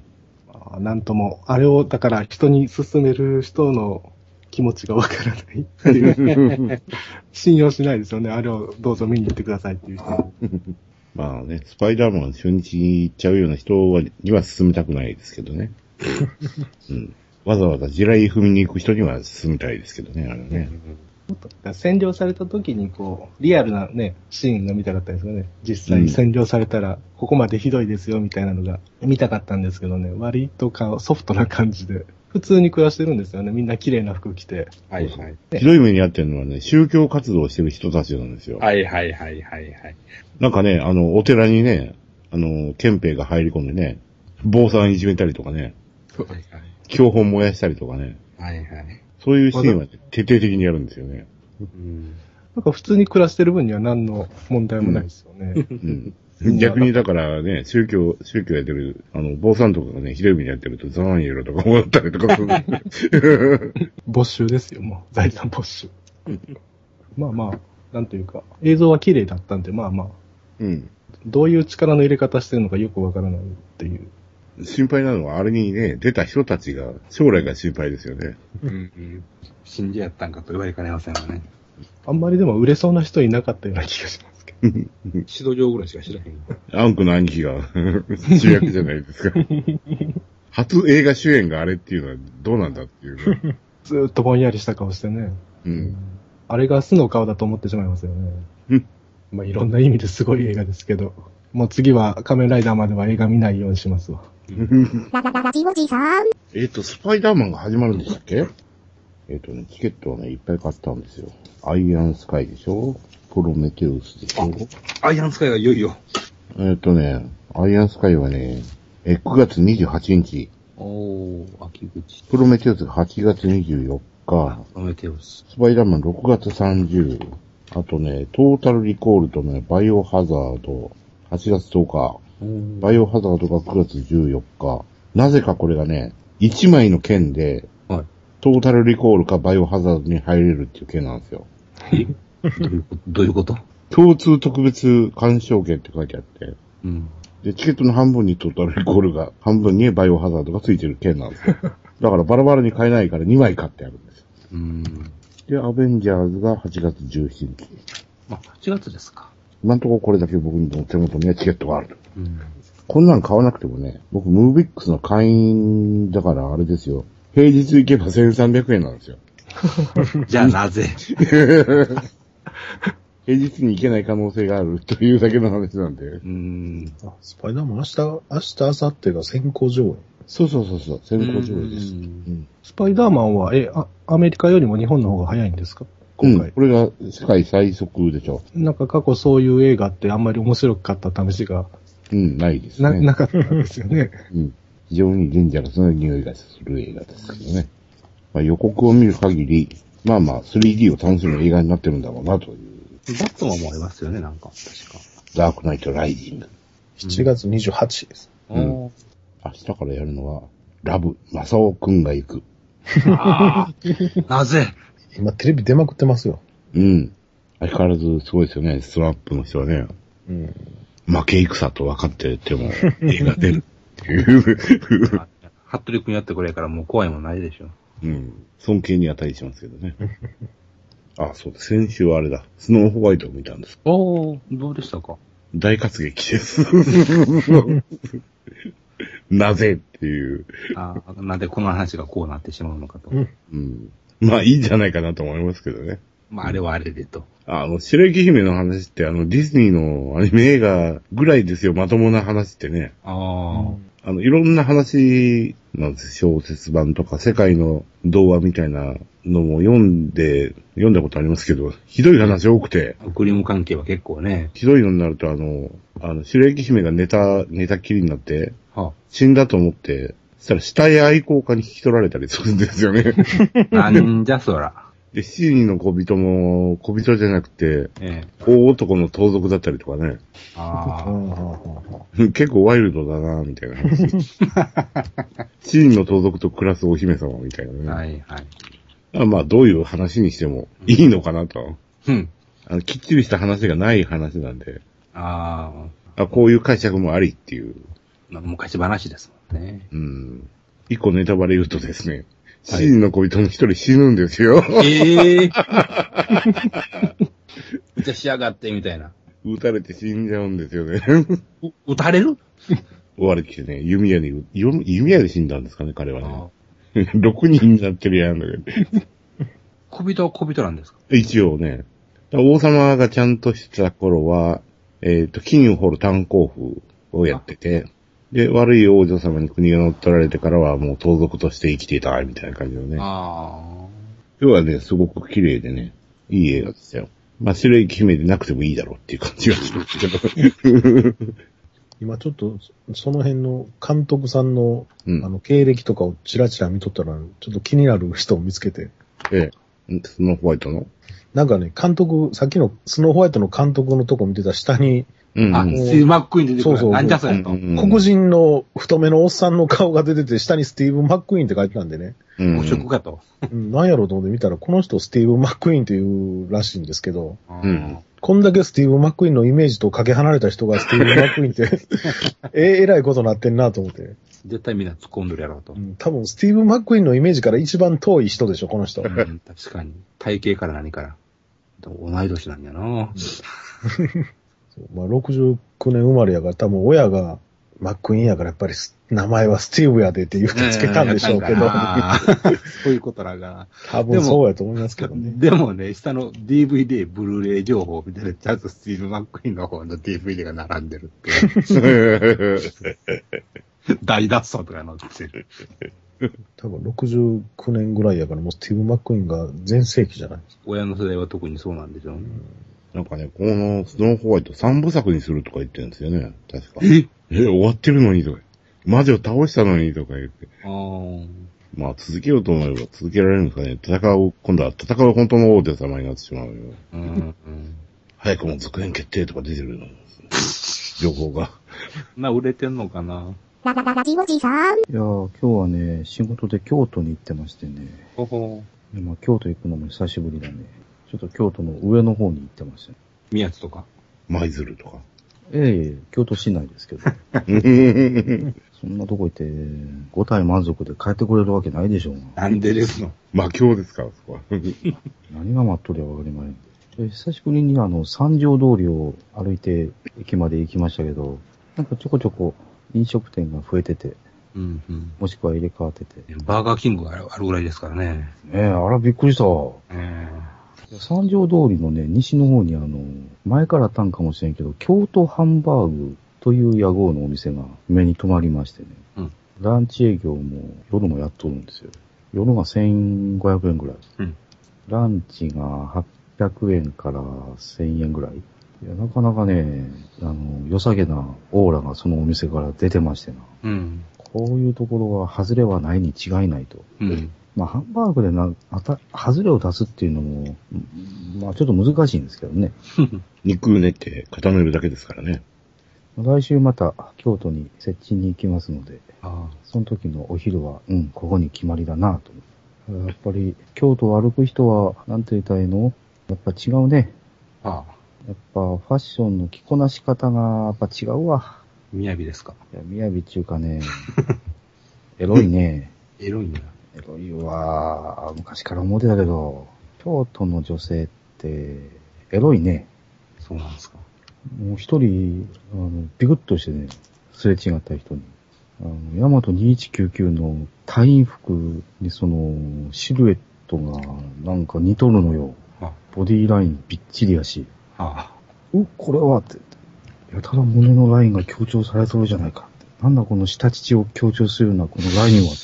Speaker 6: まあなんとも、あれをだから人に勧める人の気持ちがわからないっていう 信用しないですよね。あれをどうぞ見に行ってくださいっていう人。
Speaker 1: まあね、スパイダーマン初日に行っちゃうような人はには進めたくないですけど ね。うん、わざわざ地雷踏みに行く人には進みたいですけどね、あれはね。
Speaker 6: 占領された時にこう、リアルなね、シーンが見たかったですよね。実際に占領されたら、ここまでひどいですよみたいなのが見たかったんですけどね、割とかソフトな感じで、普通に暮らしてるんですよね。みんな綺麗な服着て。
Speaker 2: はいはい。
Speaker 1: ひどい目に遭ってるのはね、宗教活動をしてる人たちなんですよ。
Speaker 2: はいはいはいはいはい。
Speaker 1: なんかね、あの、お寺にね、あの、憲兵が入り込んでね、坊さんいじめたりとかね、
Speaker 2: そうはい
Speaker 1: 教本燃やしたりとかね、
Speaker 2: はい。はいはい。
Speaker 1: そういうシーンは徹底的にやるんですよね。
Speaker 2: うん。
Speaker 6: なんか普通に暮らしてる分には何の問題もないですよね。
Speaker 1: うん。逆にだからね、宗教、宗教やってる、あの、坊さんとかがね、ひどい目にやってると、ざまにいろとか思ったりとかす る。
Speaker 6: 没収ですよ、もう。財産没収。まあまあ、なんというか、映像は綺麗だったんで、まあまあ、
Speaker 1: うん。
Speaker 6: どういう力の入れ方してるのかよくわからないっていう。
Speaker 1: 心配なのは、あれにね、出た人たちが、将来が心配ですよね。
Speaker 2: うんうん。死んじやったんかと言われかねませんわね。
Speaker 6: あんまりでも売れそうな人いなかったような気がし ますけど。
Speaker 2: 指導上ぐらいしか知らへん。
Speaker 1: アンクの兄貴 が主役じゃないですか。初映画主演があれっていうのはどうなんだっていう ね。
Speaker 6: ずーっとぼんやりした顔してね。
Speaker 1: うん。
Speaker 6: あれが素の顔だと思ってしまいますよね。
Speaker 1: うん
Speaker 6: まあいろんな意味ですごい映画ですけど。もう次は仮面ライダーまでは映画見ないようにしますわ。
Speaker 3: ララララジオジさん。
Speaker 1: えっ、と、スパイダーマンが始まるんでしたっけえっ、とね、チケットはね、いっぱい買ったんですよ。アイアンスカイでしょプロメテウスでしょ
Speaker 2: アイアンスカイがいよいよ。
Speaker 1: えっ、とね、アイアンスカイはね、え9月28日、
Speaker 2: おー、秋口。
Speaker 1: プロメテウスが8月24日、
Speaker 2: 止めてよし。
Speaker 1: スパイダーマン6月30、あとね、トータルリコールとね、バイオハザード、8月10日、
Speaker 2: おー。
Speaker 1: バイオハザードが9月14日。なぜかこれがね、1枚の剣で、
Speaker 2: はい
Speaker 1: トータルリコールかバイオハザードに入れるっていう剣なんですよ。
Speaker 2: どういうことどういうこと
Speaker 1: 共通特別鑑賞券って書いてあって、
Speaker 2: うん。
Speaker 1: で、チケットの半分にトータルリコールが、半分にバイオハザードが付いてる剣なんです よ。だからバラバラに買えないから2枚買ってあるんですよ。
Speaker 2: うん。
Speaker 1: で、アベンジャーズが8月17日。
Speaker 2: あ、8月ですか。
Speaker 1: 今んところこれだけ僕の手元にはチケットがあると。
Speaker 2: うん。
Speaker 1: こんなん買わなくてもね、僕、ムービックスの会員だからあれですよ。平日行けば1300円なんですよ。
Speaker 2: じゃあなぜ
Speaker 1: 平日に行けない可能性があるというだけの話なんで。
Speaker 2: うん。
Speaker 7: あスパイダーマン明日、明日、明後日が先行上映。
Speaker 1: そうそうそうそう、先行上映です。
Speaker 2: うん
Speaker 1: うん。
Speaker 6: スパイダーマンは、え、あアメリカよりも日本の方が早いんですか
Speaker 1: 今
Speaker 6: 今
Speaker 1: 回、
Speaker 6: 回
Speaker 1: これが世界最速でしょ。
Speaker 6: なんか過去そういう映画ってあんまり面白かった試しが
Speaker 1: うん、ないです
Speaker 6: な,、
Speaker 1: ね。
Speaker 6: なかったんですよね。
Speaker 1: うん。非常にデンジャラスな匂いがする映画ですけどね。まあ、予告を見る限り、まあまあ 3D を楽しむ映画になってるんだろうなという。
Speaker 2: バットマンもありますよね、なんか。確か。
Speaker 1: ダークナイトライジング。
Speaker 7: 7月28日です。
Speaker 1: うん明日からやるのは、ラブ、マサオくんが行く。
Speaker 2: あーなぜ
Speaker 7: 今テレビ出まくってますよ。
Speaker 1: うん。相変わらずすごいですよね、ストラップの人はね。
Speaker 7: うん。
Speaker 1: 負け戦と分かってても、映画出るっていう。
Speaker 2: 服部君やってくれからもう怖いもんないでしょ。
Speaker 1: うん。尊敬に値しますけどね。あ、そうだ、先週はあれだ。スノーホワイトを見たんです。
Speaker 2: おー、どうでしたか
Speaker 1: 大活劇です。 なぜっていう。
Speaker 2: あーなんでこの話がこうなってしまうのかと。
Speaker 7: うん
Speaker 1: うん。まあいいんじゃないかなと思いますけどね。
Speaker 2: まあ、あれはあれでと。
Speaker 1: あの、白雪姫の話って、あの、ディズニーのアニメ映画ぐらいですよ、まともな話ってね。
Speaker 2: ああ、
Speaker 1: あの、いろんな話なんです小説版とか、世界の童話みたいなのも読んで、読んだことありますけど、ひどい話多くて、
Speaker 2: クリーム関係は結構ね。
Speaker 1: ひどいのになると、あの、あの、白雪姫が寝た、寝たきりになって、
Speaker 2: は
Speaker 1: 死んだと思って、そしたら死体愛好家に引き取られたりするんですよね。
Speaker 2: あ、なんじゃそら。
Speaker 1: で、七人の小人も、小人じゃなくて、
Speaker 2: ええ。
Speaker 1: 大男の盗賊だったりとかね、
Speaker 2: ああ、
Speaker 1: 結構ワイルドだなみたいな話。七人の盗賊と暮らすお姫様みたい なね。
Speaker 2: はいはい。
Speaker 1: あまあ、どういう話にしてもいいのかなと。
Speaker 2: うん。
Speaker 1: あのきっちりした話がない話なんで、
Speaker 2: あ
Speaker 1: あこういう解釈もありっていう。
Speaker 2: あ、昔話ですもんね。
Speaker 1: うん。一個ネタバレ言うとですね、シーンの恋人の一人死ぬんですよ。
Speaker 2: ええ ー。じゃしやがって、みたいな。
Speaker 1: 撃たれて死んじゃうんですよね。
Speaker 2: う撃たれる
Speaker 1: 追われてきてね、弓矢に、弓弓矢で死んだんですかね、彼はね。6 人になってるやんだけど。
Speaker 2: 小人は小人なんですか
Speaker 1: 一応ね。だから王様がちゃんとした頃は、えっ、と、金を掘る炭鉱夫をやってて、で、悪い王女様に国が乗っ取られてからはもう盗賊として生きていた、みたいな感じのね。
Speaker 2: あ
Speaker 1: 今日はね、すごく綺麗でね、いい映画でしたよ。まあ、白雪姫でなくてもいいだろうっていう感じがするんですけど。
Speaker 7: 今ちょっと、その辺の監督さんの、
Speaker 1: うん
Speaker 7: あの、経歴とかをちらちら見とったら、ちょっと気になる人を見つけて、
Speaker 1: ええ。スノーホワイトの
Speaker 7: なんかね、監督、さっきのスノーホワイトの監督のとこ見てた下に、
Speaker 1: うん
Speaker 2: あ。あ、
Speaker 1: うん
Speaker 2: スティーブ・マックイーン出てく
Speaker 7: そう
Speaker 2: る。
Speaker 7: そう
Speaker 2: なんじゃそ
Speaker 1: うん
Speaker 2: れと。
Speaker 1: うん
Speaker 7: 黒人の太めのおっさんの顔が出てて、下にスティーブ・マックイーンって書いてたんでね、
Speaker 1: うん
Speaker 2: 誤植かと。
Speaker 7: うんなんやろうと思って見たら、この人スティーブ・マックイーンっていうらしいんですけど、
Speaker 1: ん
Speaker 7: こんだけスティーブ・マックイーンのイメージとかけ離れた人がスティーブ・マックイーンって、ええらいことなってんなと思って。
Speaker 2: 絶対みんな突っ込んでるやろうと
Speaker 7: う。ん多分、スティーブ・マックイーンのイメージから一番遠い人でしょ、この人
Speaker 2: う。ん確かに。体型から何から。でも同い年なんやな。
Speaker 7: まあ、69年生まれやから、多分親がマックイーンやから、やっぱりす名前はスティーブやでって言うてつけたんでしょうけど、
Speaker 2: あー。そういうことらが。
Speaker 7: 多分そうやと思いますけどね。
Speaker 2: でもね、下の DVD、ブルーレイ情報みたいな、ちゃんとスティーブ・マックイーンの方の DVD が並んでるっていう。 大脱走とか載ってる。
Speaker 7: 多分69年ぐらいやから、もうスティーブ・マックイーンが全盛期じゃないですか。
Speaker 2: 親の世代は特にそうなんでしょうね。
Speaker 1: なんかね、このスノーホワイト3部作にするとか言ってるんですよね。確か。
Speaker 2: え
Speaker 1: え、終わってるのにとか。魔女倒したのにとか言って。
Speaker 2: あー
Speaker 1: まあ、続けようと思えば続けられるんですかね。戦う、今度は戦う本当の王女様になってしまうよ。
Speaker 2: うんうん。
Speaker 1: 早くも続編決定とか出てるの。情報が。
Speaker 2: な、売れてんのかな
Speaker 3: ララララジオじさん。
Speaker 4: いやー、今日はね、仕事で京都に行ってましてね。
Speaker 2: ほほ
Speaker 4: 今、京都行くのも久しぶりだね。ちょっと京都の上の方に行ってましたね。
Speaker 2: 宮地とか。
Speaker 1: 舞鶴 とか。
Speaker 4: ええ京都市内ですけど。
Speaker 1: うん
Speaker 4: そんなとこ行って、5体満足で帰ってくれるわけないでしょうが。
Speaker 2: なんでですの
Speaker 1: 魔境ですから、そこは。
Speaker 4: 何が待っとりゃわかりません。で久しぶりにあの、三条通りを歩いて駅まで行きましたけど、なんかちょこちょこ飲食店が増えてて、
Speaker 2: うんうん。
Speaker 4: もしくは入れ替わってて。ね
Speaker 2: バーガーキングがあるあるぐらいですからね。
Speaker 4: え、あらびっくりした。
Speaker 2: えー
Speaker 4: 三条通りのね、西の方にあの、前からあったんかもしれんけど、京都ハンバーグという屋号のお店が目に留まりましてね。
Speaker 2: うん
Speaker 4: ランチ営業も夜もやっとるんですよ。夜が1500円ぐらい。
Speaker 2: うん
Speaker 4: ランチが800円から1000円ぐらい。いや、なかなかね、あの、良さげなオーラがそのお店から出てましてな。
Speaker 2: うん。
Speaker 4: こういうところは外れはないに違いないと。
Speaker 2: うん。
Speaker 4: まあ、ハンバーグでな、あた、外れを出すっていうのも、うんまあ、ちょっと難しいんですけどね。
Speaker 1: 肉練って固めるだけですからね。
Speaker 4: 来週また京都に設置に行きますので、
Speaker 2: あ
Speaker 4: その時のお昼は、うん、ここに決まりだなと思う。やっぱり、京都を歩く人は、なんて言ったらいいのやっぱ違うね。
Speaker 2: あ。ああ。
Speaker 4: やっぱ、ファッションの着こなし方が、やっぱ違うわ。
Speaker 2: 宮城ですか。
Speaker 4: いや、雅っていうかね、エロいね。
Speaker 2: エロいな。
Speaker 4: エロいわ。昔から思ってたけど、京都の女性って、エロいね。
Speaker 2: そうなんですか。
Speaker 4: もう一人、あの、ビクッとしてね、すれ違った人に。あの、ヤマト2199の隊員服にその、シルエットがなんか似とるのよ
Speaker 2: あ。
Speaker 4: ボディラインびっちりやし。
Speaker 2: あ
Speaker 4: う、これはって。やたら胸のラインが強調されとるじゃないかって。なんだこの下乳を強調するようなこのラインは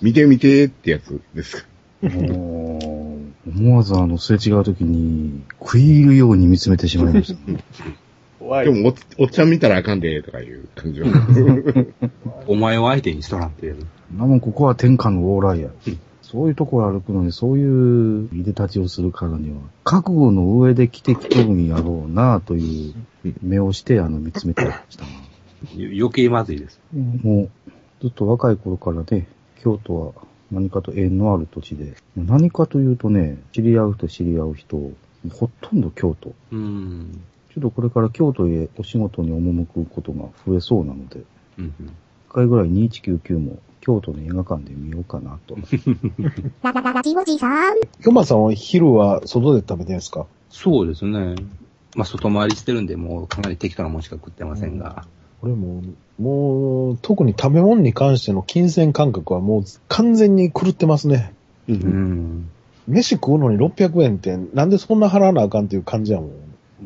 Speaker 1: 見て見てってやつですか。
Speaker 4: って。もう、思わずあの、すれ違う時に、食い入るように見つめてしまいました。
Speaker 5: 怖
Speaker 1: で。もおっ、おっちゃん見たらあかんで、とかいう感じは。
Speaker 2: あ。お前を相手にしとらんっていう。
Speaker 4: なもんここは天下の往来や。そういうところ歩くのに、そういう入れ立ちをするからには、覚悟の上で来てきとるんやろうな、という目をして、あの、見つめてました。
Speaker 2: よ余計まずいです。
Speaker 4: もう、ずっと若い頃からね、京都は何かと縁のある土地で、何かというとね、知り合う人知り合う人、ほとんど京都。
Speaker 2: うん。
Speaker 4: ちょっとこれから京都へお仕事に赴くことが増えそうなので、
Speaker 2: うんうん。
Speaker 4: 一回ぐらい2199も京都の映画館で見ようかなと。
Speaker 3: ララララジオジさん。
Speaker 5: ひょまさんは昼は外で食べてるんですか
Speaker 2: そうですね。まあ、外回りしてるんで、もうかなり適当なもんしか食ってませんが。
Speaker 5: これもう、もう、特に食べ物に関しての金銭感覚はもう完全に狂ってますね。
Speaker 1: う。
Speaker 2: うんん。
Speaker 5: 飯食うのに600円って、なんでそんな払わなあかんっていう感じやもん。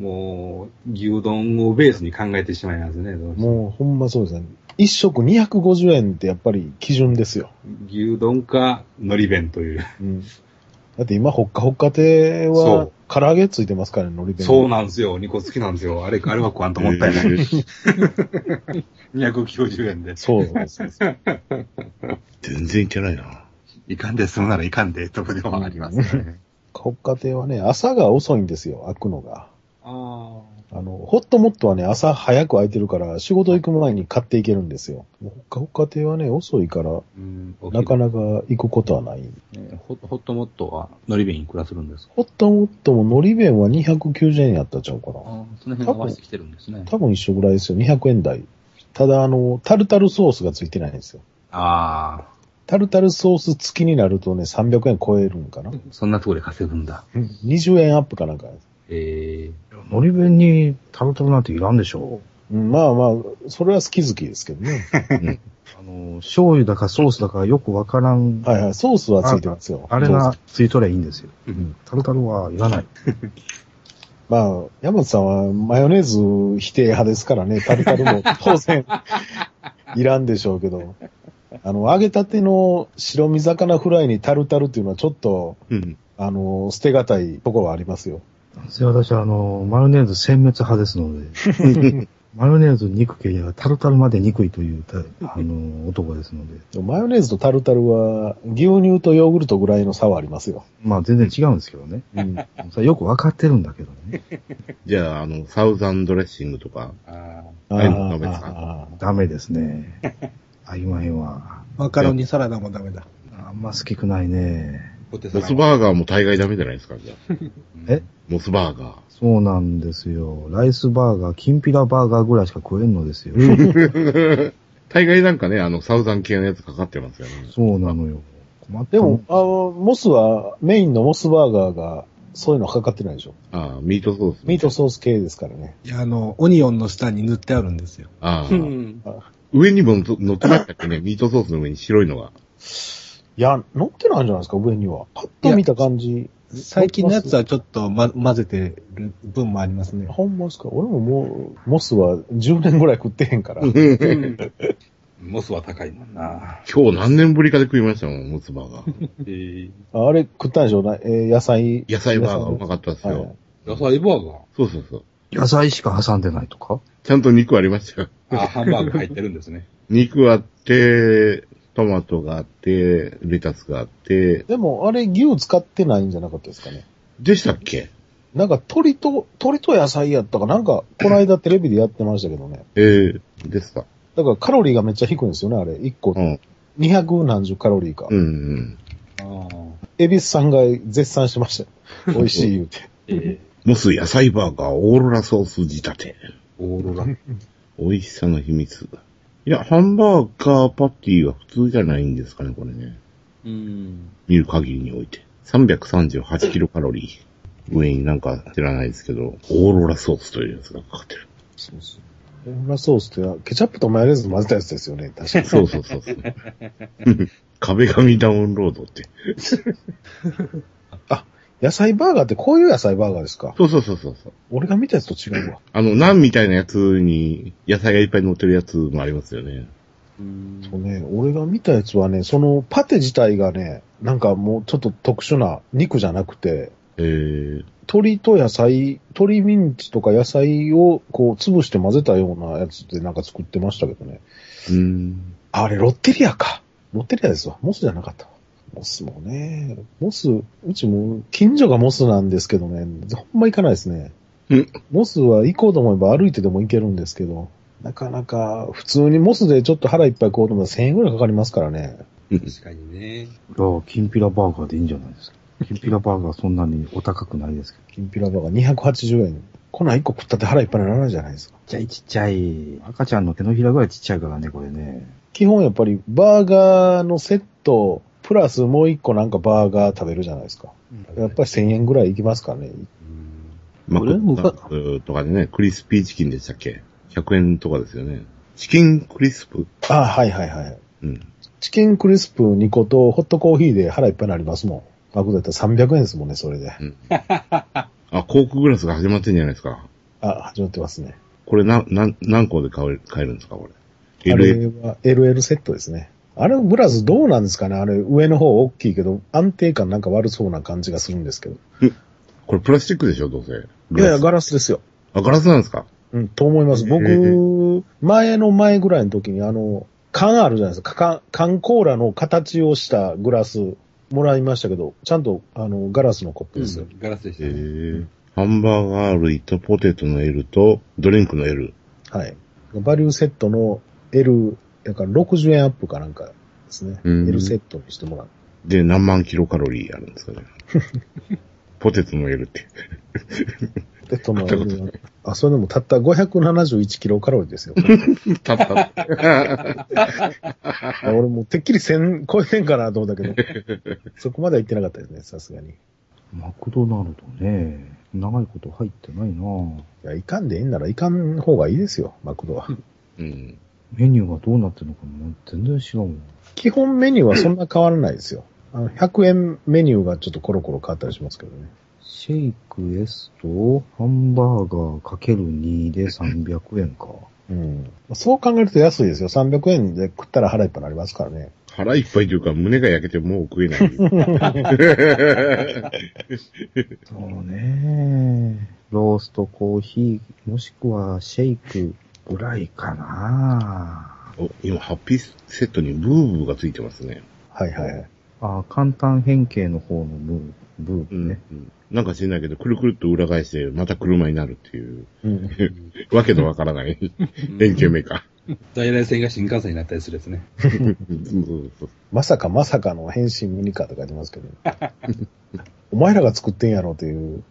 Speaker 2: もう、牛丼をベースに考えてしまいますね。どうしても
Speaker 5: もうほんまそうですね。一食250円ってやっぱり基準ですよ。
Speaker 2: 牛丼か、海苔弁という。
Speaker 5: うん。だって今、ほっかほっか亭
Speaker 2: そ
Speaker 5: は
Speaker 2: う、
Speaker 5: 唐揚げついてますからね、海苔弁。
Speaker 2: そうなんですよ。2個付きなんですよ。あれ、あれは食わんと 思ったよね。290円で。
Speaker 5: そうです。
Speaker 1: 全然いけないな。
Speaker 2: いかんで済むならいかんで、とこでもありますね。
Speaker 5: ほっか亭はね、朝が遅いんですよ、開くのが。
Speaker 2: あ
Speaker 5: あの、ホットモットはね、朝早く開いてるから、仕事行く前に買っていけるんですよ。ほっかほっか亭はね、遅いから、
Speaker 2: あ。うん。
Speaker 5: なかなか行くことはない。
Speaker 2: ねホホットモットは、のり弁いくらするんですか
Speaker 5: ホットモットも海苔弁は290円やったちゃうかな。
Speaker 2: ああ、その辺合わせてきてるんですね。
Speaker 5: 多分一緒ぐらいですよ、200円台。ただ、あの、タルタルソースがついてないんですよ。
Speaker 2: あ
Speaker 5: タルタルソース付きになるとね、300円超えるんかな。
Speaker 2: あ、そんなところで稼ぐんだ。
Speaker 5: 20円アップかなんかです。
Speaker 2: ええ
Speaker 4: のり弁にタルタルなんていらんでしょ
Speaker 5: うんまあまあ、それは好き好きですけどね。
Speaker 4: あの、醤油だかソースだかよくわからん。
Speaker 5: はいはい、ソースはついてますよ。
Speaker 4: あれがついとりゃいいんですよ。
Speaker 2: うん
Speaker 4: タルタルはいらない。
Speaker 5: まあ、山本さんはマヨネーズ否定派ですからね、タルタルも当然 いらんでしょうけど、あの、揚げたての白身魚フライにタルタルっていうのはちょっと、
Speaker 1: うん。
Speaker 5: あの、捨てがたいところはありますよ。
Speaker 4: なんせ私はあの、マヨネーズ殲滅派ですので、 マヨネーズ憎けりゃタルタルまで憎いというた、あの、男ですので、
Speaker 5: でもマヨネーズとタルタルは牛乳とヨーグルトぐらいの差はありますよ。
Speaker 4: まあ全然違うんですけどね。
Speaker 5: うん、あ
Speaker 4: それよくわかってるんだけど ね。
Speaker 1: じゃあ、あの、サウザンドレッシングとか、
Speaker 2: ああ。
Speaker 5: あ
Speaker 1: あいうのダメですか
Speaker 5: ああ
Speaker 4: ダメです ね。あいまへんは。
Speaker 6: マカロニサラダもダメだ。
Speaker 4: あんま好きくないね。
Speaker 2: ポテサ
Speaker 1: モ
Speaker 2: ラ
Speaker 1: スバーガーも大概ダメじゃないですか、じゃあ。
Speaker 4: え
Speaker 1: モスバーガー。
Speaker 4: そうなんですよ。ライスバーガー、きんぴらバーガーぐらいしか食えんのですよ。
Speaker 1: 大概なんかね、あの、サウザン系のやつかかってますよね。
Speaker 4: そうなのよ。困って
Speaker 5: でも、あの、モスは、メインのモスバーガーが、そういうのかかってないでしょ。
Speaker 1: ああ、ミートソース。
Speaker 5: ミートソース系ですからね。
Speaker 6: いや、あの、オニオンの下に塗ってあるんですよ。
Speaker 1: ああ、
Speaker 2: うん。
Speaker 1: 上にも乗ってましたっけね、ミートソースの上に白いのが。
Speaker 5: いや、乗ってないんじゃないですか、上には。パッと見た感じ。
Speaker 6: 最近のやつはちょっと、ま、混ぜてる分もありますね。
Speaker 5: ほんまですか俺ももう、モスは10年ぐらい食ってへんから。
Speaker 2: モスは高いもんな。
Speaker 1: 今日何年ぶりかで食いましたもん、モスバーガー。
Speaker 2: えー、
Speaker 5: ああれ食ったんでしょうな、えー野菜。
Speaker 1: 野菜バーガーうまかったですよ。
Speaker 5: はい
Speaker 2: 野菜バーガー
Speaker 1: そうそうそう。
Speaker 4: 野菜しか挟んでないとか
Speaker 1: ちゃんと肉ありましたよ。
Speaker 2: あ、ハンバーグ入ってるんですね。
Speaker 1: 肉あって、トマトがあって、レタスがあって、
Speaker 5: でも、あれ牛使ってないんじゃなかったですかね。
Speaker 1: でしたっけ
Speaker 5: なんか鶏と、鶏と野菜やったかなんか、この間テレビでやってましたけどね。
Speaker 1: ええでした。
Speaker 5: だからカロリーがめっちゃ低いんですよね、あれ。1個
Speaker 1: う。ん。
Speaker 5: 200何十カロリーか
Speaker 1: う。んうん。
Speaker 2: ああ。
Speaker 5: エビスさんが絶賛してま したよ。美味しい言うて。
Speaker 2: え
Speaker 1: モス野菜バーガーオーロラソース仕立て。
Speaker 2: ー、オーロラ。
Speaker 1: 美味しさの秘密。いや、ハンバーガーパティは普通じゃないんですかね、これね。
Speaker 2: うん。
Speaker 1: 見る限りにおいて。338キロカロリー。上になんか知らないですけど、オーロラソースというやつがかかってる。
Speaker 5: そうそう。オーロラソースって、ケチャップとマヨネーズ混ぜたやつですよね、確かに。
Speaker 1: そうそうそうそう。 壁紙ダウンロードって。
Speaker 5: 野菜バーガーってこういう野菜バーガーですか
Speaker 1: そうそうそうそうそう。
Speaker 5: 俺が見たやつと違うわ。
Speaker 1: あの、ナンみたいなやつに野菜がいっぱい乗ってるやつもありますよね。
Speaker 2: うん
Speaker 5: そうね、俺が見たやつはね、そのパテ自体がね、なんかもうちょっと特殊な肉じゃなくて、
Speaker 1: えー、
Speaker 5: 鶏と野菜、鶏ミンチとか野菜をこう潰して混ぜたようなやつでなんか作ってましたけどね。
Speaker 1: うん。
Speaker 5: あれ、ロッテリアか。ロッテリアですわ。モスじゃなかったわ。モスもね、モス、うちも、近所がモスなんですけどね、ほんま行かないですね。
Speaker 1: うん
Speaker 5: モスは行こうと思えば歩いてでも行けるんですけど、なかなか、普通にモスでちょっと腹いっぱい食おうと思ったら1000円ぐらいかかりますからね。
Speaker 2: 確かにね。
Speaker 4: いや、きんぴらバーガーでいいんじゃない ですか。きんぴらバーガーそんなにお高くないですけど。
Speaker 5: きんぴらバーガー280円。こんなん1個食ったって腹いっぱいにならないじゃないですか。
Speaker 4: ちっちゃい、ちっちゃい。赤ちゃんの手のひらぐらいちっちゃいからね、これね。
Speaker 5: 基本やっぱりバーガーのセット、プラスもう一個なんかバーガー食べるじゃないですか。やっぱり1000円ぐらいいきますかね。
Speaker 1: マ
Speaker 4: 俺
Speaker 1: ク
Speaker 4: も
Speaker 1: ドナルドとかでね、クリスピーチキンでしたっけ ?100 円とかですよね。チキンクリスプ
Speaker 5: あはいはいはい。
Speaker 1: うん。
Speaker 5: チキンクリスプ2個とホットコーヒーで腹いっぱいになりますもん。マクドやったら300円ですもんね、それで。
Speaker 1: うん。あ、コークグラスが始まってんじゃないですか。
Speaker 5: あ、始まってますね。
Speaker 1: これな、な、何個で買える買えるんですかこれ。
Speaker 5: あ
Speaker 1: LA
Speaker 5: れは LL セットですね。あれ、ブラスどうなんですかねあれ、上の方大きいけど、安定感なんか悪そうな感じがするんですけど。
Speaker 1: これプラスチックでしょどうせ。
Speaker 5: いやいや、
Speaker 1: ガラ
Speaker 5: ガラスですよ。
Speaker 1: ス。あ、ガラスなんですか
Speaker 5: うん、と思います。僕、
Speaker 1: え
Speaker 5: 前の前ぐらいの時に、あの、缶あるじゃないですか。缶、缶コーラの形をしたグラスもらいましたけど、ちゃんと、あの、ガラスのコップですよ。
Speaker 2: ガラスでし
Speaker 1: へ
Speaker 2: たね。
Speaker 1: え。ハンバーガー類とポテトの L とドリンクの L。
Speaker 5: はい。バリューセットの L、だから60円アップかなんかですね。
Speaker 1: うん
Speaker 5: L セットにしてもらう。
Speaker 1: で、何万キロカロリーあるん ですかね。ポテトの L って。
Speaker 5: で、その
Speaker 1: 買ったことな、
Speaker 5: あ、それでもたった571キロカロリ ーですよ。
Speaker 1: たった。
Speaker 5: 俺もうてっきり1000超えてんかなと思ったけど、そこまでは行ってなかったですね、さすがに。い
Speaker 4: マクドナルドね、長いこと入ってないなぁ
Speaker 5: や、いかんでいいんならいかん方がいいですよ、マクドは。
Speaker 1: うん。
Speaker 4: メニューがどうなってるのかも全然違うもん。
Speaker 5: 基本メニューはそんな変わらないですよ。あの、100円メニューがちょっとコロコロ変わったりしますけどね。
Speaker 4: シェイク S とハンバーガーかける2で300円か。
Speaker 5: うん。そう考えると安いですよ。300円で食ったら腹いっぱいになりますからね。
Speaker 1: 腹いっぱいというか胸が焼けてもう食えない。
Speaker 4: そうね。ローストコーヒー、もしくはシェイクぐらいかな。
Speaker 1: お今、ハッピーセットにブーブーがついてますね。
Speaker 5: はいはいはい。
Speaker 4: あ、簡単変形の方のブー、ブー
Speaker 1: うん。
Speaker 4: ね。
Speaker 1: なんか知んないけど、くるくるっと裏返して、また車になるっていう、
Speaker 5: うん。
Speaker 1: わけのわからない、連休メーカ
Speaker 2: 在来線が新幹線になったりするやつね。
Speaker 1: ー。そうそうそう
Speaker 5: まさかまさかの変身ミニカーって書いてますけど。 お前らが作ってんやろっていう、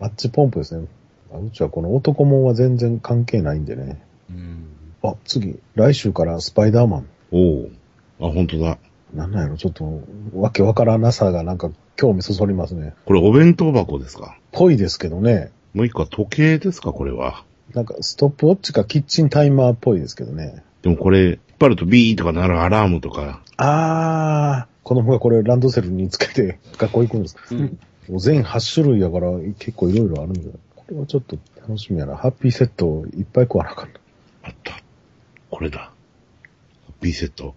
Speaker 5: マッチポンプですね。あうちはこの男もんは全然関係ないんでね。
Speaker 2: うん。
Speaker 5: あ、次、来週からスパイダーマン。
Speaker 1: おうあ、本当だ。
Speaker 5: なんなんやろちょっと、わけわからなさがなんか興味そそりますね。
Speaker 1: これお弁当箱ですか
Speaker 5: ぽいですけどね。
Speaker 1: もう一個は時計ですかこれは。
Speaker 5: なんかストップウォッチかキッチンタイマーっぽいですけどね。
Speaker 1: でもこれ、引っ張るとビーとかなるアラームとか、
Speaker 5: あー、子供がこれランドセルにつけ て学校行くんです。もう全8種類やから結構いろいろあるんだよ。これはちょっと楽しみやな。ハッピーセットいっぱい食わなあかった。
Speaker 1: あった。これだ。ハッピーセット。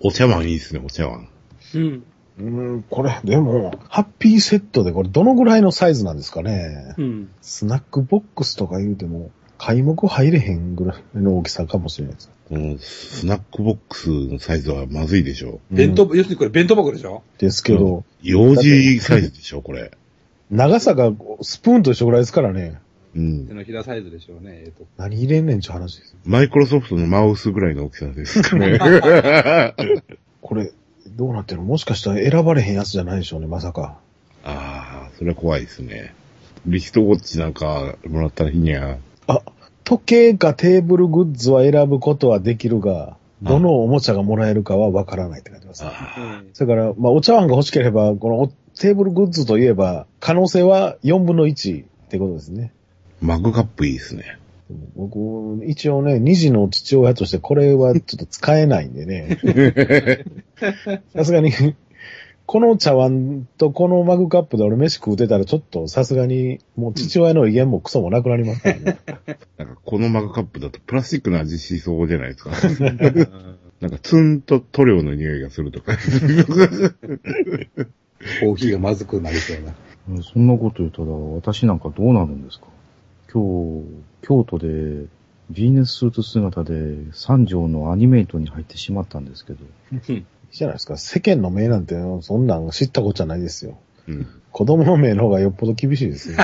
Speaker 1: お茶碗いいですね、お茶碗。
Speaker 8: うん。
Speaker 5: うーん、これ、でも、ハッピーセットでこれどのぐらいのサイズなんですかね。
Speaker 8: うん。
Speaker 5: スナックボックスとか言うても、開目入れへんぐらいの大きさかもしれないです。
Speaker 1: このスナックボックスのサイズはまずいでしょ
Speaker 8: 弁当、
Speaker 5: うん
Speaker 8: 要するにこれ弁当箱でしょ
Speaker 5: ですけど、
Speaker 1: 幼児サイズでしょ、これ。
Speaker 5: 長さがスプーンと一緒ぐらいですからね。
Speaker 1: うん
Speaker 2: 手。のひらサイズでしょうね。えっと。
Speaker 5: 何入れんねんちゅう話です。
Speaker 1: マイクロソフトのマウスぐらいの大きさですかね。
Speaker 5: これ、どうなってるのもしかしたら選ばれへんやつじゃないでしょうね、まさか。
Speaker 1: ああ、それは怖いですね。リストウォッチなんかもらった日には、
Speaker 5: 時計かテーブルグッズは選ぶことはできるが、どのおもちゃがもらえるかはわからないって書いてます。
Speaker 1: あ
Speaker 5: それから、まあ、お茶碗が欲しければ、このおテーブルグッズといえば、可能性は4分の1ってことですね。
Speaker 1: マグカップいいですね。
Speaker 5: でも僕、一応ね、2児の父親としてこれはちょっと使えないんでね。さすがに、この茶碗とこのマグカップで俺飯食うてたらちょっとさすがにもう父親の威厳もクソもなくなりますからね。
Speaker 1: なんかこのマグカップだとプラスチックの味しそうじゃないですか。なんかツンと塗料の匂いがするとか。
Speaker 2: コーヒーがまずくなりそうな。
Speaker 4: うんそんなこと言ったら私なんかどうなるんですか今日、京都でビーネススーツ姿で三条のアニメイトに入ってしまったんですけど、
Speaker 5: いいじゃないですか。世間の名なんてそんなん知ったことじゃないですよ。
Speaker 1: うん
Speaker 5: 子供の名の方がよっぽど厳しい ですよ。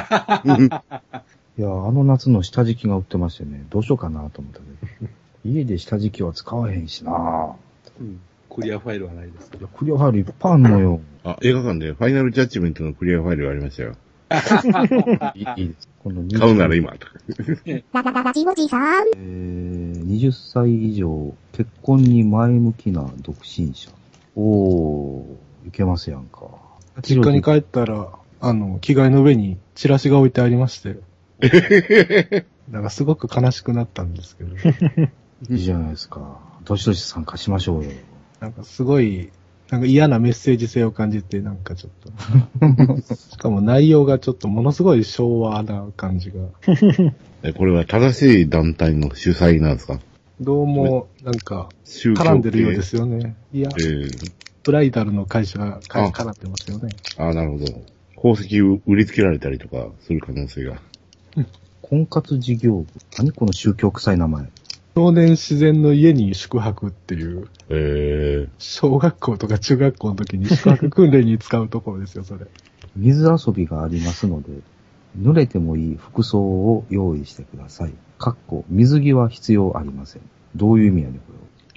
Speaker 4: いや、あの夏の下敷きが売ってましてね、どうしようかなと思った けど、家で下敷きは使わへんしな
Speaker 2: うん。クリアファイルはないですけ
Speaker 4: い
Speaker 2: ど。
Speaker 4: やクリアファイルいっぱいあんのよ。
Speaker 1: あ、映画館でファイナルジャッジメントのクリアファイルがありましたよ。いい
Speaker 4: この
Speaker 1: 買うなら今。
Speaker 3: ララララジオジさん。
Speaker 4: えー20歳以上、結婚に前向きな独身者。おー、いけますやんか。
Speaker 6: 実家に帰ったら、あの、着替えの上にチラシが置いてあり まして。なんかすごく悲しくなったんですけど、
Speaker 4: いいじゃないですか。どしどし参加しましょうよ。
Speaker 6: なんかすごい、なんか嫌なメッセージ性を感じて、なんかちょっと。 しかも内容がちょっとものすごい昭和な感じが。
Speaker 1: えこれは正しい団体の主催なんですか
Speaker 6: どうも、なんか、
Speaker 1: 宗教系
Speaker 6: 絡んでるようで。すよね。いや、
Speaker 1: ええ
Speaker 6: ブライダルの会社が
Speaker 1: あ
Speaker 6: か絡んでますよね。
Speaker 1: ああ、なるほど。宝石を売りつけられたりとかする可能性が。
Speaker 4: 婚活事業部。何この宗教臭い名前。
Speaker 6: 少年自然の家に宿泊っていう、
Speaker 1: ええ
Speaker 6: 小学校とか中学校の時に宿泊訓練に使うところですよ、それ。
Speaker 4: 水遊びがありますので、濡れてもいい服装を用意してください。かっこ、水着は必要ありません。どういう意味やねん、こ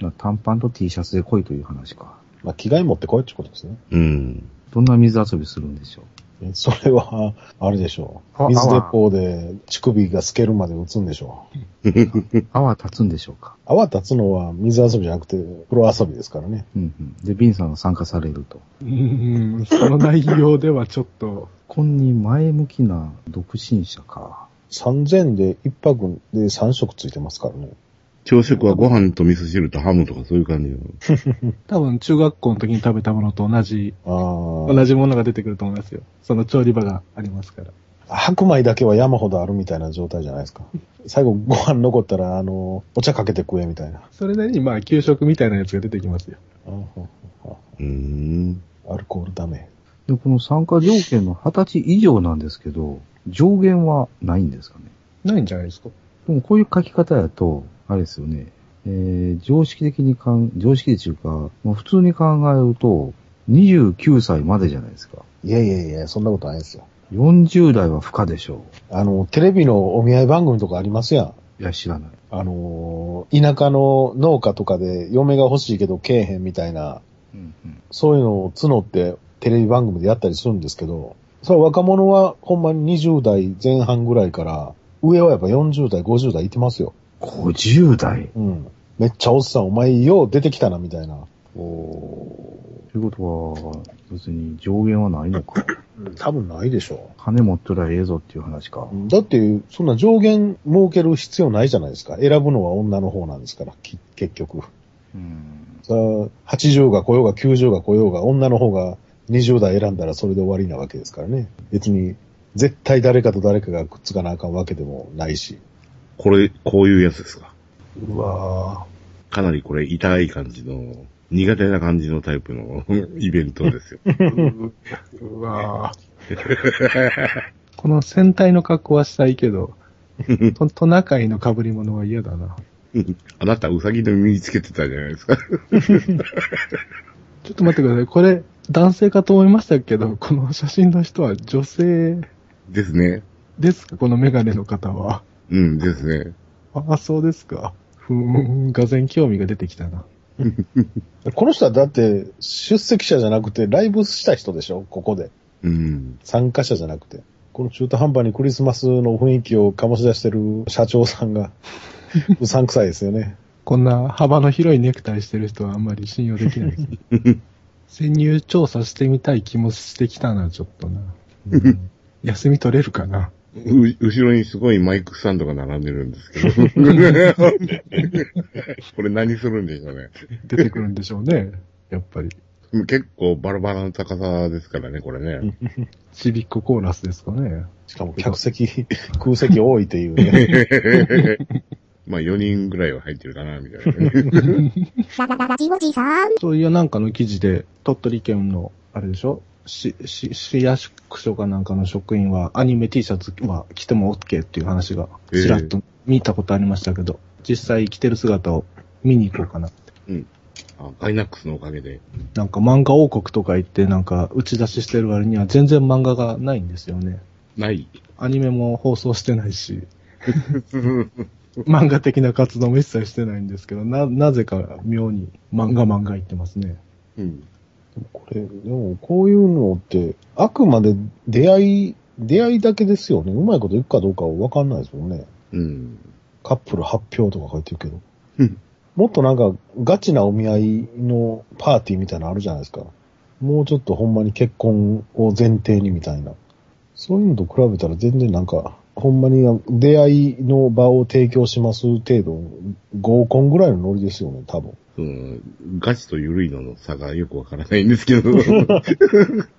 Speaker 4: れは。な短パンと T シャツで来いという話か。
Speaker 5: まあ、着替え持ってこいってことですね。
Speaker 1: うん。
Speaker 4: どんな水遊びするんでしょう。
Speaker 5: えそれは、あれでしょ
Speaker 4: あ
Speaker 5: う。水鉄砲で乳首が透けるまで打つんでしょう。
Speaker 4: 泡立つんでしょうか。
Speaker 5: 泡立つのは水遊びじゃなくて、プロ遊びですからね。
Speaker 4: うんうん。で、ビンさんが参加されると。
Speaker 6: うーん、その内容ではちょっと、
Speaker 4: こんに前向きな独身者か。
Speaker 5: 3000で一泊で3食ついてますからね。
Speaker 1: 朝食はご飯と味噌汁とハムとかそういう感じの。
Speaker 6: 多分中学校の時に食べたものと同じ、
Speaker 5: あー
Speaker 6: 同じものが出てくると思いますよ。その調理場がありますから。
Speaker 5: 白米だけは山ほどあるみたいな状態じゃないですか。最後ご飯残ったら、あの、お茶かけて食えみたいな。
Speaker 6: それなりにまあ給食みたいなやつが出てきますよ。
Speaker 5: あーほほ
Speaker 1: うーん。
Speaker 5: ほアルコールダメ。
Speaker 4: で、この参加条件の20歳以上なんですけど、上限はないんですかね。
Speaker 6: ないんじゃないですか
Speaker 4: でもこういう書き方やと、あれですよね。えー、常識的にかん、常識っていうか、まあ、普通に考えると、29歳までじゃないですか。
Speaker 5: いやいやいや、そんなことないですよ。
Speaker 4: 40代は不可でしょ
Speaker 5: あの、テレビのお見合い番組とかありますやん。
Speaker 4: う。いや、知らない。
Speaker 5: あのー、田舎の農家とかで嫁が欲しいけどけえへんみたいな、
Speaker 4: うんうん。
Speaker 5: そういうのを募ってテレビ番組でやったりするんですけど、それは若者はほんまに20代前半ぐらいから、上はやっぱ40代、50代いてますよ。
Speaker 4: 50代。
Speaker 5: うん。めっちゃおっさんお前よう出てきたなみたいな。
Speaker 4: ということは、別に上限はないのか。
Speaker 5: 多分ないでしょ
Speaker 4: 金持ってりゃええぞっていう話か。
Speaker 5: う。だって、そんな上限設ける必要ないじゃないですか。選ぶのは女の方なんですから、き結局。
Speaker 4: うん。
Speaker 5: さあ80が来ようが90が来ようが、女の方が20代選んだらそれで終わりなわけですからね。別に、絶対誰かと誰かがくっつかなあかんわけでもないし。
Speaker 1: これ、こういうやつですか
Speaker 6: うわ
Speaker 1: かなりこれ痛い感じの、苦手な感じのタイプの イベントです よ。
Speaker 6: ぁ。うわぁ。この戦隊の格好はしたいけど、トトナカイの被り物は嫌だな。
Speaker 1: あなた、ウサギの身につけてたじゃないですか。
Speaker 6: ちょっと待ってください。これ、男性かと思いましたけど、この写真の人は女性
Speaker 1: ですね。
Speaker 6: ですかこのメガネの方は。
Speaker 1: うん、ですね。
Speaker 6: ああ、そうですか。ふーん、がぜん興味が出てきたな。
Speaker 5: この人はだって、出席者じゃなくて、ライブした人でしょここで。
Speaker 1: うん。
Speaker 5: 参加者じゃなくて。この中途半端にクリスマスの雰囲気を醸し出してる社長さんが、うさんくさいですよね。
Speaker 6: こんな幅の広いネクタイしてる人はあんまり信用できないですね。潜入調査してみたい気もしてきたな、ちょっとな。うん休み取れるかな。
Speaker 1: う、後ろにすごいマイクスタンドが並んでるんですけど。これ何するんでしょうね。
Speaker 6: 出てくるんでしょう ね。やっぱり。
Speaker 1: 結構バラバラの高さですからね、これね。
Speaker 6: ちびっこコーラスですかね。
Speaker 5: しかも客席、空席多いっていうね。
Speaker 1: まあ4人ぐらいは入ってるかな、みたいなね。
Speaker 3: ララララジオジさん。
Speaker 6: そういうなんかの記事で、鳥取県の、あれでしょし、し、市役所かなんかの職員は、アニメ T シャツは着ても OK っていう話が、
Speaker 1: ええ
Speaker 6: ちらっと見たことありましたけど、実際着てる姿を見に行こうかな。
Speaker 1: あガイナックスのおかげで。
Speaker 6: なんか漫画王国とか行ってなんか打ち出ししてる割には全然漫画がないんですよね。
Speaker 1: ない。
Speaker 6: アニメも放送してないし、漫画的な活動も一切してないんですけど、な、なぜか妙に漫画漫画言ってますね。
Speaker 1: うん。
Speaker 5: これ、でもこういうのって、あくまで出会い
Speaker 7: 出会いだけですよね。うまいこといくかどうかはわかんないですもんね。
Speaker 1: うん。
Speaker 7: カップル発表とか書いてるけど
Speaker 1: うん。
Speaker 7: もっとなんか、ガチなお見合いのパーティーみたいなのあるじゃないですか。もうちょっとほんまに結婚を前提にみたいな。そういうのと比べたら全然なんか、ほんまに出会いの場を提供します程度、合コンぐらいのノリですよね、多分。
Speaker 1: その、ガチとゆるいのの差がよくわからないんですけど、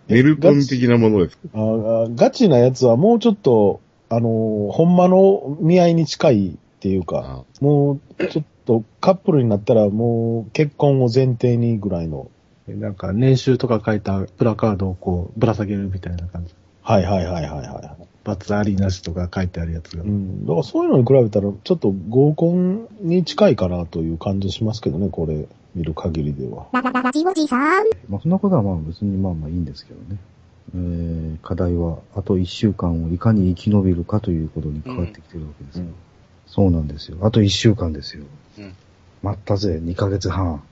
Speaker 1: メルコン的なものです。
Speaker 7: あーガチなやつはもうちょっと、あのーほんまの見合いに近いっていうか、
Speaker 1: あ
Speaker 7: もうちょっとカップルになったらもう結婚を前提にぐらいの、
Speaker 6: なんか、年収とか書いたプラカードをこう、ぶら下げるみたいな感じ。
Speaker 7: はいはいはいはいは
Speaker 6: 罰ありなしとか書いてあるやつが
Speaker 7: い。う。ん。だからそういうのに比べたら、ちょっと合コンに近いかなという感じしますけどね、これ見る限りでは。
Speaker 3: ララララジオジさん。
Speaker 4: まあ、そんなことはまあ別にまあまあいいんですけどね。えー、課題は、あと1週間をいかに生き延びるかということにかかってきてるわけですよ。
Speaker 2: うん
Speaker 4: そうなんですよ。あと1週間ですよ。
Speaker 2: うん
Speaker 4: 待ったぜ、2ヶ月半。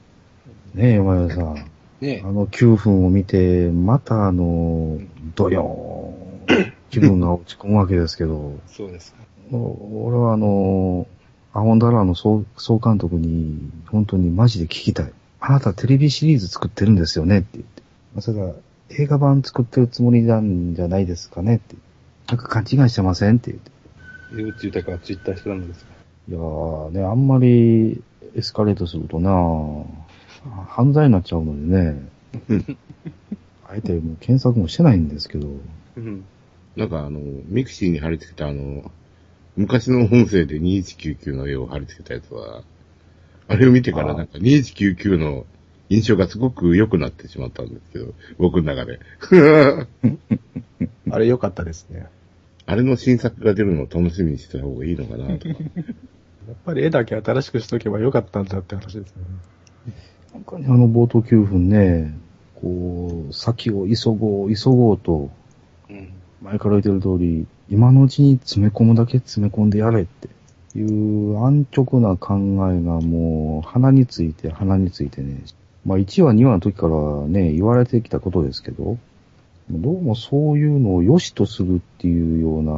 Speaker 4: ねえ、山田さん。
Speaker 2: ね
Speaker 4: あの9分を見て、またあの、ドヨー ン、気分が落ち込むわけですけど、
Speaker 2: そうですか。
Speaker 4: お俺はあの、アホンダラーの総総監督に、本当にマジで聞きたい。あなたテレビシリーズ作ってるんですよねって言って。まさか映画版作ってるつもりなんじゃないですかねって。なんか勘違いしてませんって言って。
Speaker 2: 江口豊はツイッターしてたんですか
Speaker 4: いやーね、あんまりエスカレートするとなあ犯罪になっちゃうので ね。あえてもう検索もしてないんですけど。
Speaker 2: うん。
Speaker 1: なんかあの、ミクシーに貼り付けたあの、昔の音声で2199の絵を貼り付けたやつは、あれを見てからなんか2199の印象がすごく良くなってしまったんですけど、僕の中 で。
Speaker 6: あれ良かったですね。
Speaker 1: あれの新作が出るのを楽しみにしてた方がいいのか なとか。
Speaker 6: やっぱり絵だけ新しくしとけば良かったんだって話ですよね。
Speaker 4: なんかね、あの冒頭9分ね、こう、先を急ごう、急ごうと、
Speaker 2: うん。
Speaker 4: 前から言ってる通り、今のうちに詰め込むだけ詰め込んでやれっていう安直な考えがもう鼻について鼻についてね、まあ1話2話の時からね、言われてきたことですけど、どうもそういうのを良しとするっていうような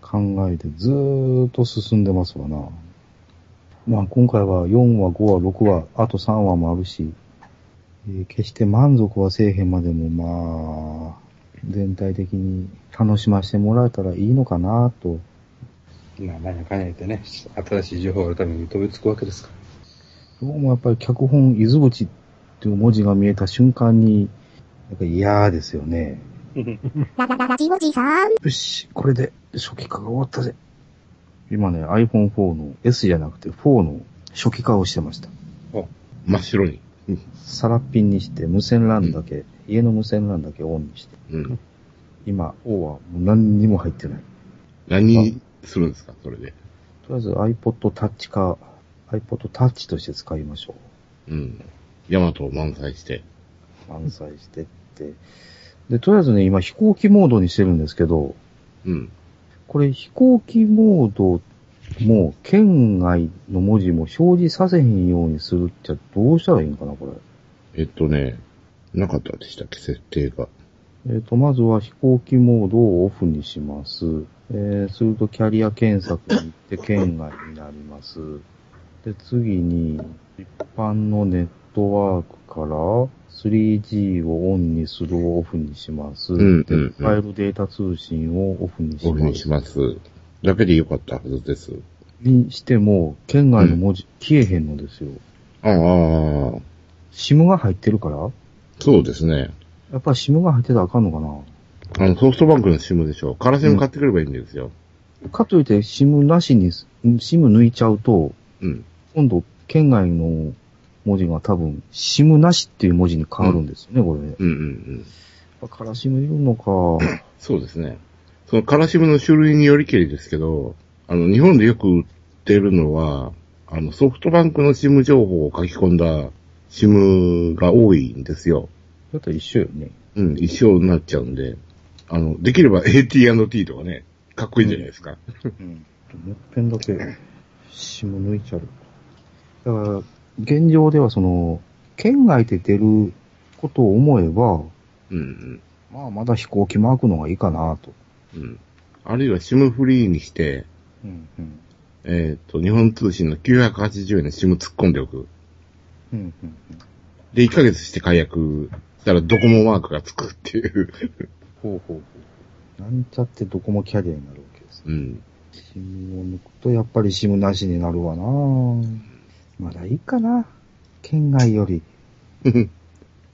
Speaker 4: 考えでずーっと進んでますわな。まあ今回は4話、5話、6話、あと3話もあるし、えー決して満足はせえへんまでもまあ、全体的に楽しませてもらえたらいいのかなと。
Speaker 2: まあ、何やかんや言ってね、新しい情報があるために飛びつくわけですか
Speaker 4: どうもやっぱり脚本、伊豆口っていう文字が見えた瞬間に、やっぱり嫌ですよね。
Speaker 2: ら。うん。
Speaker 3: ララララジオジさん。
Speaker 4: よし、これで初期化が終わったぜ。今ね、iPhone4 の S じゃなくて4の初期化をしてました。
Speaker 1: 真っ白に。
Speaker 4: さらっぴんにして、無線 LAN だけ、家の無線 LAN だけオンにして。
Speaker 1: うん。
Speaker 4: 今、4はもう何にも入ってない。
Speaker 1: 何するんですかそれで。
Speaker 4: とりあえず iPod Touch か、iPod Touch として使いましょう。
Speaker 1: うん。ヤマトを満載して。
Speaker 4: 満載してって。で、とりあえずね、今飛行機モードにしてるんですけど、
Speaker 1: うん。
Speaker 4: これ飛行機モードも県外の文字も表示させへんようにするっちゃどうしたらいいんかな、これ。
Speaker 1: えっとね、なかったでしたっけ設定が。
Speaker 4: えっ、と、まずは飛行機モードをオフにします。えー、するとキャリア検索に行って県外になります。で、次に、一般のネットワークから 3G をオンにするをオフにします。
Speaker 1: うんうん
Speaker 4: で
Speaker 1: うん
Speaker 4: ファイルデータ通信をオフにし
Speaker 1: オ
Speaker 4: ます。
Speaker 1: フにします。だけでよかったはずです。
Speaker 4: にしても、県外の文字消えへんのですよ。
Speaker 1: ああ、
Speaker 4: SIM が入ってるから
Speaker 1: そうですね。
Speaker 4: やっぱり SIM が入ってたらあかんのかな
Speaker 1: あの、ソフトバンクのシムでしょ。カラシム買ってくればいいんですよ。
Speaker 4: かといって、シムなしに、シム抜いちゃうと、
Speaker 1: うん
Speaker 4: 今度、県外の文字が多分、シムなしっていう文字に変わるんですよね、こ
Speaker 1: うんうんうん。
Speaker 4: れ。からシムいるの か。
Speaker 1: そうですね。そのカラシムの種類によりけりですけど、あの、日本でよく売ってるのは、あの、ソフトバンクのシム情報を書き込んだシムが多いんですよ。
Speaker 4: だったら一緒よね。
Speaker 1: うん、一緒になっちゃうんで、あの、できれば AT&T とかね、かっこいいじゃないですか。
Speaker 4: もっぺんだけ、シム抜いちゃう。だから、現状ではその、県外で出ることを思えば、
Speaker 1: うん、うん。
Speaker 4: まあ、まだ飛行機マークの方がいいかなと。
Speaker 1: うん。あるいはシムフリーにして、
Speaker 4: うん、うん。
Speaker 1: えっ、と、日本通信の980円のシム突っ込んでおく。
Speaker 4: うん、うん。
Speaker 1: で、1ヶ月して解約したらドコモマークがつくっていう。
Speaker 4: ほうほうほう。なんちゃってドコモキャリアになるわけですね。
Speaker 1: うん。
Speaker 4: シムを抜くとやっぱりシムなしになるわなぁまだいいかな。県外より。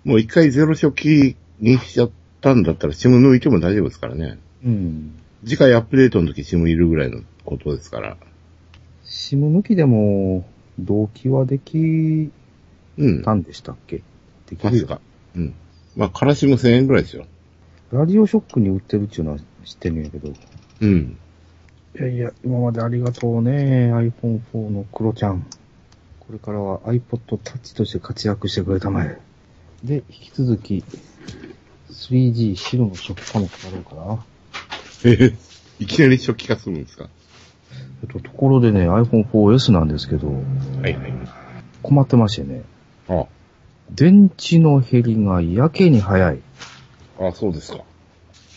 Speaker 1: もう一回ゼロ初期にしちゃったんだったら SIM 抜いても大丈夫ですからね。
Speaker 4: うん。
Speaker 1: 次回アップデートの時 SIM いるぐらいのことですから。
Speaker 4: シム抜きでも、動機はでき
Speaker 1: うん。
Speaker 4: たんでしたっけできる
Speaker 1: 確
Speaker 4: よ
Speaker 1: か。うん。まあ、からしも1000円ぐらいですよ。
Speaker 4: ラジオショックに売ってるっていうのは知ってるんやけど。
Speaker 1: うん。
Speaker 4: いやいや、今までありがとうね。iPhone4 のクロちゃん。これからは iPod Touch として活躍してくれたまえ。で、引き続き、3G 白の食感もかろうかな。
Speaker 1: えへいきなり初期化するんですか
Speaker 4: えっと、ところでね、iPhone4S なんですけど、
Speaker 1: はいはい。
Speaker 4: 困ってましてね。
Speaker 1: あ
Speaker 4: 電池の減りがやけに早い。
Speaker 1: あ、ああそうですか。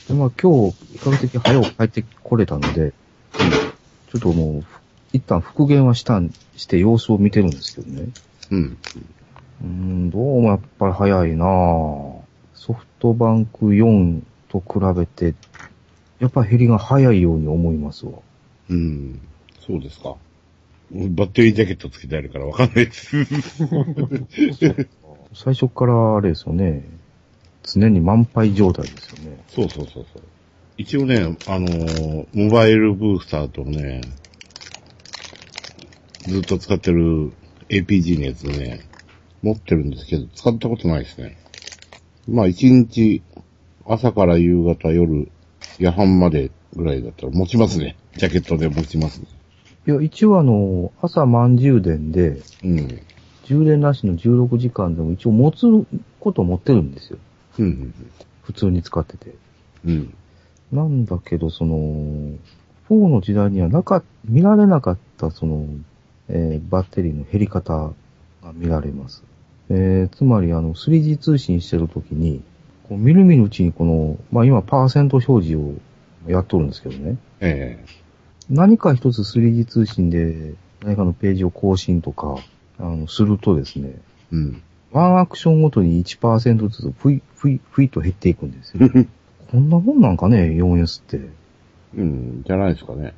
Speaker 4: で、まあ今日、比較的早く帰ってこれたので、ちょっともう、一旦復元はしたん、して様子を見てるんですけどね。
Speaker 1: うん。
Speaker 4: うーん、どうもやっぱり早いなぁ。ソフトバンク4と比べて、やっぱり減りが早いように思いますわ。
Speaker 1: うん。そうですか。バッテリージャケットつけてあるからわかんないです。
Speaker 4: 最初からあれですよね。常に満杯状態ですよね。
Speaker 1: そうそうそうそう。一応ね、あのーモバイルブースターとね、ずっと使ってる APG のやつね、持ってるんですけど、使ったことないですね。まあ一日、朝から夕方、夜、夜半までぐらいだったら持ちますね。ジャケットで持ちますね。
Speaker 4: いや、一応あの、朝満充電で、
Speaker 1: うん。
Speaker 4: 充電なしの16時間でも一応持つこと持ってるんですよ。
Speaker 1: うん。
Speaker 4: 普通に使ってて。
Speaker 1: うん。
Speaker 4: なんだけど、その、4の時代にはなか、見られなかった、その、えーバッテリーの減り方が見られます。えーつまり、あの、3G 通信してるときに、こう、みるみるうちにこの、まあ、今、パーセント表示をやっとるんですけどね。
Speaker 1: え
Speaker 4: 何か一つ 3G 通信で、何かのページを更新とか、あの、するとですね、
Speaker 1: えうん。
Speaker 4: ワンアクションごとに1%ずつ、ふい、ふい、ふいと減っていくんですよ。こんなもんなんかね、4S って。
Speaker 1: うん。じゃないですかね。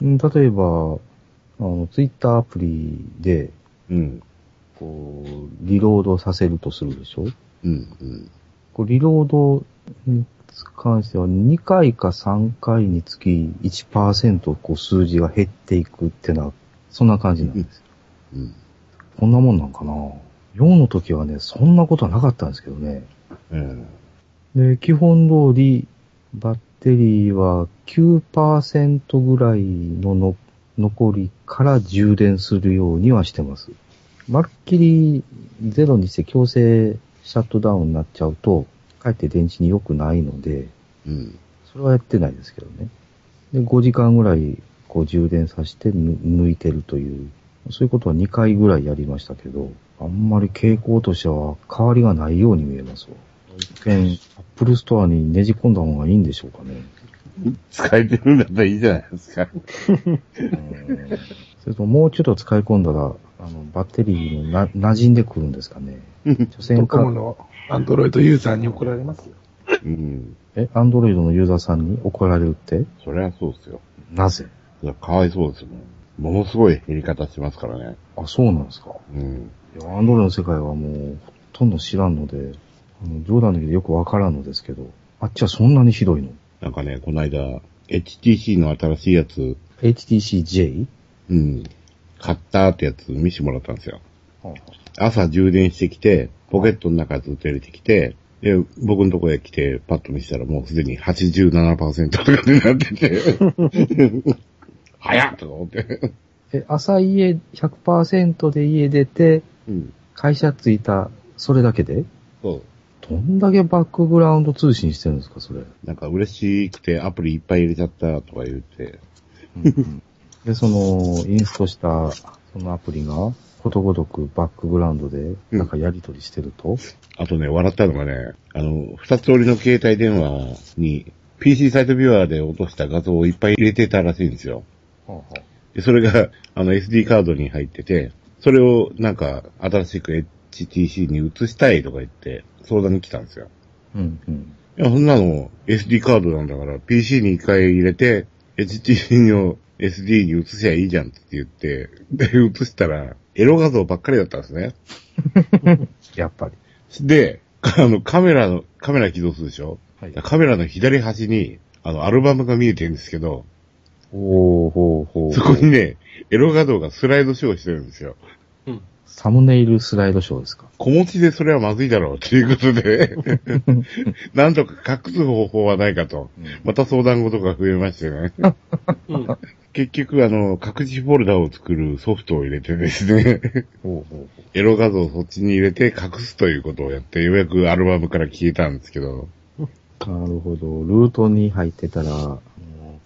Speaker 4: うん例えば、あの、ツイッターアプリで、
Speaker 1: うん。
Speaker 4: こう、リロードさせるとするでしょ
Speaker 1: うん。うん。
Speaker 4: こうリロードに関しては2回か3回につき1%こう数字が減っていくってな、そんな感じなんですよ。
Speaker 1: うん。
Speaker 4: こんなもんなんかな ?4 の時はね、そんなことはなかったんですけどね。
Speaker 1: ええ
Speaker 4: で、基本通り、バッテリーは9%ぐらいのの残りから充電するようにはしてます。まるっきりゼロにして強制シャットダウンになっちゃうと、かえって電池に良くないので、
Speaker 1: うん。
Speaker 4: それはやってないですけどね。で、5時間ぐらいこう充電させてぬ抜いてるという、そういうことは2回ぐらいやりましたけど、あんまり傾向としては変わりがないように見えますわ。一見、アップルストアにねじ込んだ方がいいんでしょうかね。
Speaker 1: 使えてるんだったらいいじゃないですか。
Speaker 4: うんそれともうちょっと使い込んだら、あの、バッテリーもな、馴染んでくるんですかね。所詮
Speaker 6: ドコモ
Speaker 4: か、
Speaker 6: のアンドロイドユーザーに怒られますよ。
Speaker 1: うん。
Speaker 4: え、アンドロイドのユーザーさんに怒られるって
Speaker 1: そりゃそうですよ。
Speaker 4: なぜ
Speaker 1: いやかわいそうですよね。ものすごい減り方しますからね。
Speaker 4: あ、そうなんですか。
Speaker 1: うん。
Speaker 4: いや、アンドロイドの世界はもう、ほとんど知らんので、あの冗談だけどよくわからんのですけど、あっちはそんなにひどいの
Speaker 1: なんかね、この間、HTC の新しいやつ、
Speaker 4: ?HTCJ?
Speaker 1: うん。買ったってやつ見せてもらったんですよ。
Speaker 4: は
Speaker 1: 朝充電してきて、ポケットの中ずっと入れてきて、で、僕のとこへ来て、パッと見せたらもうすでに87%とかになってて、早っとか思って。
Speaker 4: え、朝家100%で家出て、
Speaker 1: うん。
Speaker 4: 会社着いた、それだけで
Speaker 1: そう。
Speaker 4: どんだけバックグラウンド通信してるんですか、それ。
Speaker 1: なんか嬉しくてアプリいっぱい入れちゃったとか言って、
Speaker 4: で、その、インストした、そのアプリが、ことごとくバックグラウンドで、なんかやりとりしてると、
Speaker 1: あとね、笑ったのがね、あの、二つ折りの携帯電話に PC サイトビューアーで落とした画像をいっぱい入れてたらしいんですよ。
Speaker 2: ほうほう
Speaker 1: で、それが、あの、SD カードに入ってて、それをなんか、新しく HTC に移したいとか言って、相談に来たんですよ。
Speaker 4: うん、うん。
Speaker 1: いや、そんなの SD カードなんだから、PC に一回入れて、HTC を SD に移せばいいじゃんって言って、で、移したら、エロ画像ばっかりだったんですね。
Speaker 2: やっぱり。
Speaker 1: で、あの、カメラの、カメラ起動するでしょ
Speaker 2: はい
Speaker 1: カメラの左端に、あの、アルバムが見えてるんですけど、
Speaker 4: おー、ほうほう。
Speaker 1: そこにね、エロ画像がスライドショーしてるんですよ。
Speaker 4: サムネイルスライドショーですか。
Speaker 1: 小持ちでそれはまずいだろうということ で、なんとか隠す方法はないかと。また相談事が増えましてね。
Speaker 2: うん。
Speaker 1: 結局、あの、隠しフォルダを作るソフトを入れてですね、
Speaker 4: ほうほう
Speaker 1: エロ画像をそっちに入れて隠すということをやって、ようやくアルバムから消えたんですけど、
Speaker 4: なるほど。ルートに入ってたら、もう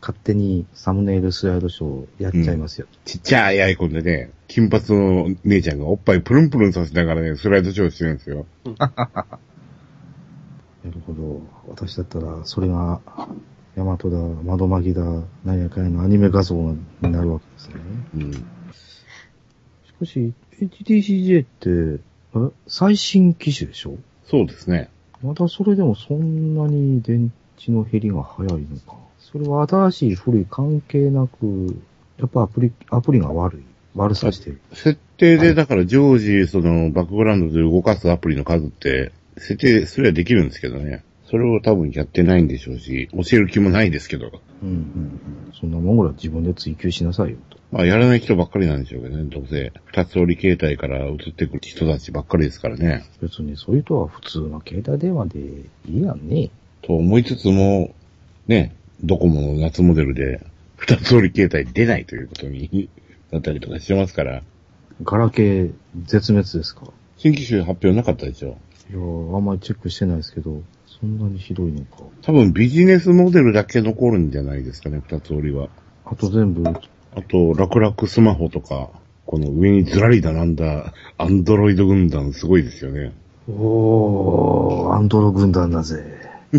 Speaker 4: 勝手にサムネイルスライドショーやっちゃいますよ。
Speaker 1: ちっちゃいアイコンでね、金髪の姉ちゃんがおっぱいプルンプルンさせながらね、スライドショーしてるんですよ。
Speaker 4: なるほど。私だったら、それが、ヤマトだ、窓マギだ、何やかんやのアニメ画像になるわけですね。
Speaker 1: うん。
Speaker 4: しかし、HTCJ って、え最新機種でしょ
Speaker 1: そうですね。
Speaker 4: まだそれでもそんなに電池の減りが早いのか。それは新しい古い関係なく、やっぱアプリ、アプリが悪い。悪さしてる。
Speaker 1: 設定
Speaker 4: は
Speaker 1: で、
Speaker 4: い
Speaker 1: だから常時、その、バックグラウンドで動かすアプリの数って、設定すればできるんですけどね。それを多分やってないんでしょうし、教える気もないですけど。
Speaker 4: うんうんうん。そんなもんぐらい自分で追求しなさいよと。
Speaker 1: まあ、やらない人ばっかりなんでしょうけどね、どうせ。二つ折り携帯から移ってくる人たちばっかりですからね。
Speaker 4: 別にそういう人は普通の携帯電話でいいやんね。
Speaker 1: と思いつつも、ね、ドコモの夏モデルで、二つ折り携帯出ないということになったりとかしてますから、
Speaker 4: ガラケー絶滅ですか
Speaker 1: 新機種発表なかったでしょ。
Speaker 4: いやーあんまりチェックしてないですけど、そんなにひどいのか。
Speaker 1: 多分ビジネスモデルだけ残るんじゃないですかね、二つ折りは。
Speaker 4: あと全部、
Speaker 1: あと、楽々スマホとか、この上にずらり並んだ、アンドロイド軍団すごいですよね。
Speaker 4: おー、アンドロ軍団だぜ。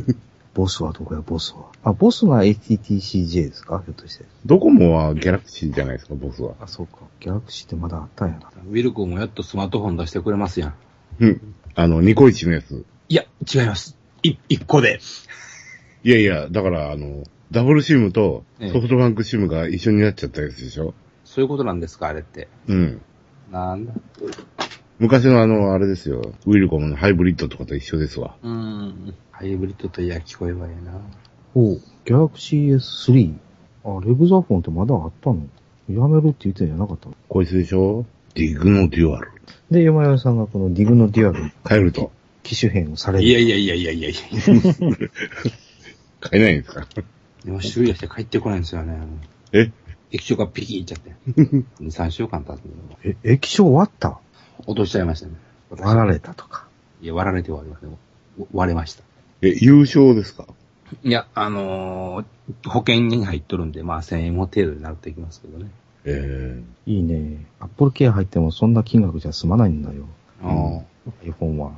Speaker 4: ボスはどこや、ボスは。あ、ボスが HTTCJ ですかひょっとして。
Speaker 1: ドコモはギャラクシーじゃないですか、ボスは。
Speaker 4: あ、そうか。ギャラクシーってまだあったんやな。
Speaker 2: ウィルコもやっとスマートフォン出してくれますやん。
Speaker 1: うん。あの、ニコイチのやつ。
Speaker 2: いや、違います。い、一個で。
Speaker 1: いやいや、だから、あの、ダブルシムと
Speaker 2: ええ
Speaker 1: ソフトバンクシムが一緒になっちゃったやつでしょ。
Speaker 2: そういうことなんですか、あれって。
Speaker 1: うん。
Speaker 2: なんだ。
Speaker 1: 昔のあの、あれですよ。ウィルコムのハイブリッドとかと一緒ですわ。
Speaker 2: うーん。ハイブリッドといや、聞こえばええな。
Speaker 4: おギャラクシー S3。あ、レグザフォンってまだあったのやめるって言ってんじゃなかったの
Speaker 1: こいつでしょディグノデュアル。
Speaker 4: で、山山さんがこのディグのデュアル
Speaker 1: 変えると。
Speaker 4: 機種変をされる。
Speaker 2: いやいやいやいやいやいや。
Speaker 1: 変えないんですか
Speaker 2: でも修理して帰ってこないんですよね。
Speaker 1: え
Speaker 2: 液晶がピキーいっちゃ って。2、3週間経つんで
Speaker 4: え、液晶割った
Speaker 2: 落としちゃいましたね。
Speaker 4: 割られたとか。
Speaker 2: いや、割られてはありません。割れました。
Speaker 1: え、優勝ですか
Speaker 2: いや、あのー保険に入っとるんで、まあ1000円も程度になっていきますけどね。
Speaker 1: えー、
Speaker 4: いいね。アップルケア入ってもそんな金額じゃ済まないんだよ。
Speaker 2: ああ、ほ
Speaker 4: iPhone は。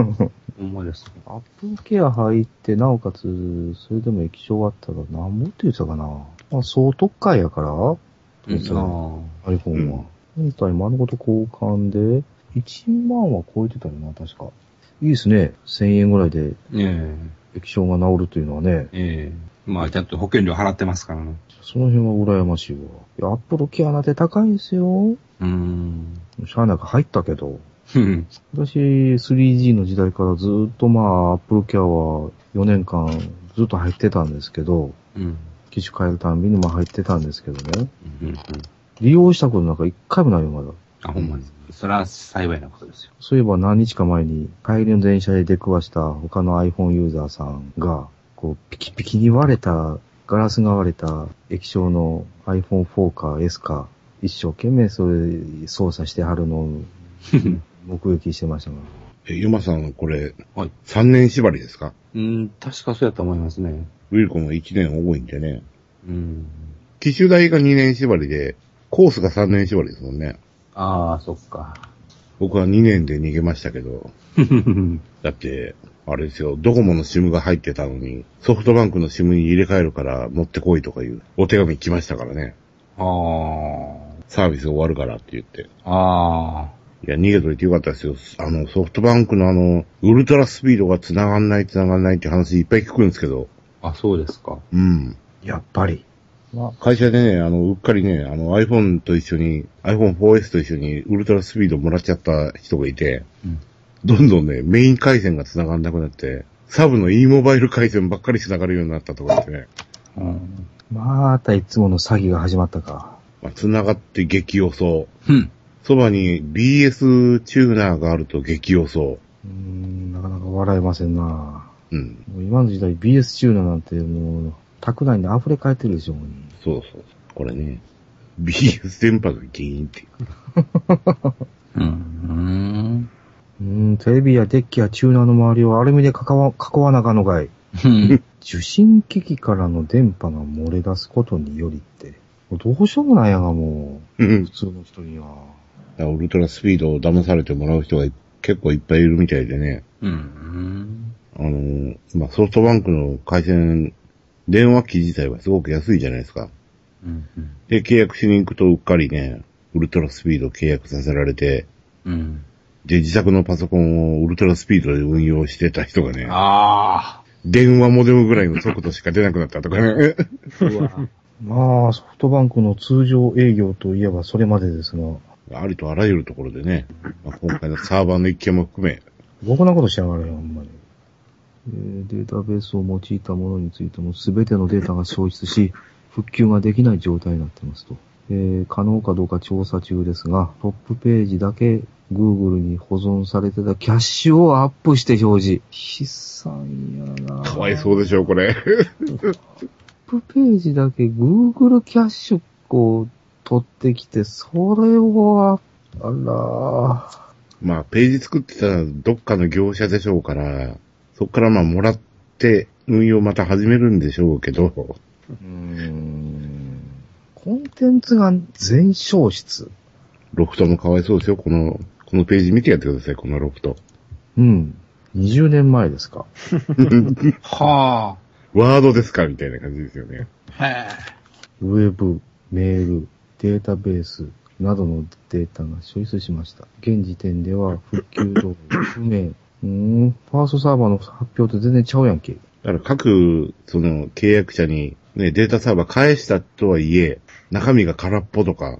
Speaker 2: んまですね。
Speaker 4: アップルケア入って、なおかつ、それでも液晶あったら、なんぼって言ってたかな。まあ、総特価やから、
Speaker 2: うん、
Speaker 4: そう
Speaker 2: あ
Speaker 4: iPhone は。本体丸ごと交換で、1万は超えてたよな、確か。いいですね。1000円ぐらいで
Speaker 2: あえ
Speaker 4: 液晶が治るというのはね、
Speaker 2: えええまあちゃんと保険料払ってますからね。
Speaker 4: その辺は羨ましいわ。いや、アップルケアなんて高いんですよ。
Speaker 2: うーん。
Speaker 4: しゃあなく入ったけど。
Speaker 2: うん
Speaker 4: 私、3G の時代からずっとまあ、アップルケアは4年間ずっと入ってたんですけど、
Speaker 2: うん。
Speaker 4: 機種変えるたんびにまあ入ってたんですけどね。
Speaker 2: うんうん。
Speaker 4: 利用したことなんか一回もないよ、まだ。
Speaker 2: あ、ほんまです。それは幸いなことですよ。
Speaker 4: そういえば何日か前に帰りの電車で出くわした他の iPhone ユーザーさんが、こう、ピキピキに割れた、ガラスが割れた液晶の iPhone4 か S か、一生懸命それ操作してはるのを目撃してましたが。
Speaker 1: え、ユマさん、これ、
Speaker 2: はい
Speaker 1: 3年縛りですか
Speaker 2: うん、確かそうやと思いますね。
Speaker 1: ウィルコムは1年多いんでね。
Speaker 2: うん。
Speaker 1: 機種代が2年縛りで、コースが3年縛りですもんね。
Speaker 2: ああ、そっか。
Speaker 1: 僕は2年で逃げましたけど、
Speaker 2: うん
Speaker 1: だって、あれですよ、ドコモの SIM が入ってたのに、ソフトバンクの SIM に入れ替えるから持ってこいとかいうお手紙来ましたからね。
Speaker 2: あ
Speaker 1: サービス終わるからって言って。
Speaker 2: あ。ああ。
Speaker 1: いや、逃げといてよかったですよ。あの、ソフトバンクのあの、ウルトラスピードが繋がんない繋がんないって話いっぱい聞くんですけど、
Speaker 2: あ、そうですか。
Speaker 1: うん。
Speaker 6: やっぱり。
Speaker 1: 会社でね、あの、うっかりね、あの、iPhone と一緒に、iPhone4S と一緒にウルトラスピードもらっちゃった人がいて、
Speaker 2: うん
Speaker 1: どんどんね、メイン回線が繋がんなくなって、サブの e モバイル回線ばっかり繋がるようになったとかですね。
Speaker 2: うん。
Speaker 4: またいつもの詐欺が始まったか。
Speaker 1: まあ、繋がって激予想。
Speaker 2: うん。
Speaker 1: そばに BS チューナーがあると激予想。
Speaker 4: うーん、なかなか笑えませんな
Speaker 1: うん。
Speaker 4: もう今の時代 BS チューナーなんてもう、宅内に溢れ返ってるでしょうに。
Speaker 1: そうそうそう。これね、BS 電波が原因って。
Speaker 2: うん。
Speaker 4: うーん、テレビやデッキやチューナーの周りをアルミで囲わ囲わなあかんのかい。
Speaker 2: うん。
Speaker 4: 受信機器からの電波が漏れ出すことによりって、もうどうしようもないやがも
Speaker 1: うん
Speaker 4: う、普。通の人には。
Speaker 1: ウルトラスピードを騙されてもらう人が結構いっぱいいるみたいでね。
Speaker 2: うん。
Speaker 1: あのー、まあ、ソフトバンクの回線、電話機自体はすごく安いじゃないですか。
Speaker 2: うん。
Speaker 1: で、契約しに行くとうっかりね、ウルトラスピード契約させられて、
Speaker 2: うん。
Speaker 1: で、自宅のパソコンをウルトラスピードで運用してた人がね、
Speaker 2: ああ。
Speaker 1: 電話モデムぐらいの速度しか出なくなったとかね。
Speaker 2: うわ。
Speaker 4: まあ、ソフトバンクの通常営業といえばそれまでですが、
Speaker 1: ありとあらゆるところでね、まあ、今回のサーバーの一件も含め、
Speaker 4: ろくなことしやがれよ、ほんまに。えーデータベースを用いたものについても全てのデータが消失し、 復旧ができない状態になってますと。えー可能かどうか調査中ですが、トップページだけ Google に保存されてたキャッシュをアップして表示。悲惨やな
Speaker 1: かわいそうでしょ、これ。
Speaker 4: トップページだけ Google キャッシュを取ってきて、それをアッ、あらー。
Speaker 1: まあ、ページ作ってたどっかの業者でしょうから、そこからまあ、もらって、運用また始めるんでしょうけど、
Speaker 4: うーんコンテンツが全消失。
Speaker 1: ロフトもかわいそうですよ。この、このページ見てやってください、このロフト。
Speaker 4: うん。20年前ですか。
Speaker 2: は
Speaker 1: ワードですかみたいな感じですよね。
Speaker 2: あ。へ
Speaker 4: ウェブ、メール、データベースなどのデータが消失しました。現時点では復旧動機不明。うーん。ファーストサーバーの発表と全然ちゃうやんけ。
Speaker 1: だから各、その、契約者に、ね、データサーバー返したとはいえ、中身が空っぽとか、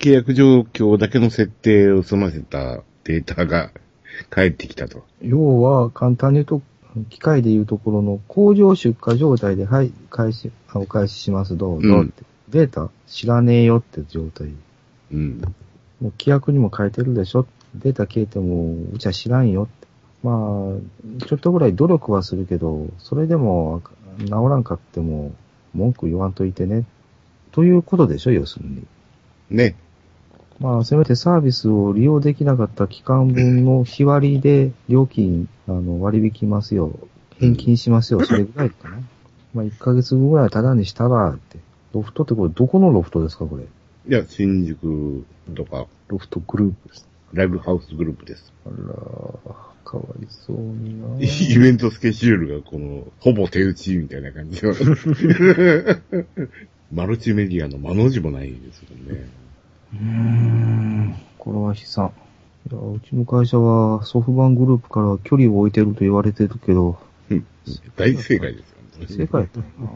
Speaker 1: 契約状況だけの設定を済ませたデータが返ってきたと。
Speaker 4: 要は、簡単に言うと、機械でいうところの工場出荷状態で、はい、開始、あお返しします、どうぞって。データ知らねえよって状態。
Speaker 1: うん。
Speaker 4: もう規約にも書いてるでしょ。データ消えても、うちは知らんよって。まあ、ちょっとぐらい努力はするけど、それでも治らんかっても、文句言わんといてね。ということでしょ、要するに。
Speaker 1: ね。
Speaker 4: まあ、せめてサービスを利用できなかった期間分の日割りで料金、あの、割引きますよ。返金しますよ。それぐらいかな。まあ、1ヶ月分ぐらいはタダにしたら、って。ロフトってこれ、どこのロフトですか、これ。
Speaker 1: いや、新宿とか、
Speaker 4: ロフトグループです。
Speaker 1: ライブハウスグループです。
Speaker 4: あらー、かわいそうにな。
Speaker 1: イベントスケジュールがこの、ほぼ手打ちみたいな感 じの。マルチメディアの間の字もないですよね。
Speaker 4: これは悲惨。いや、うちの会社はソフトバンクグループから距離を置いてると言われてるけど、
Speaker 1: 大正解ですよ、
Speaker 4: 正解やったんやな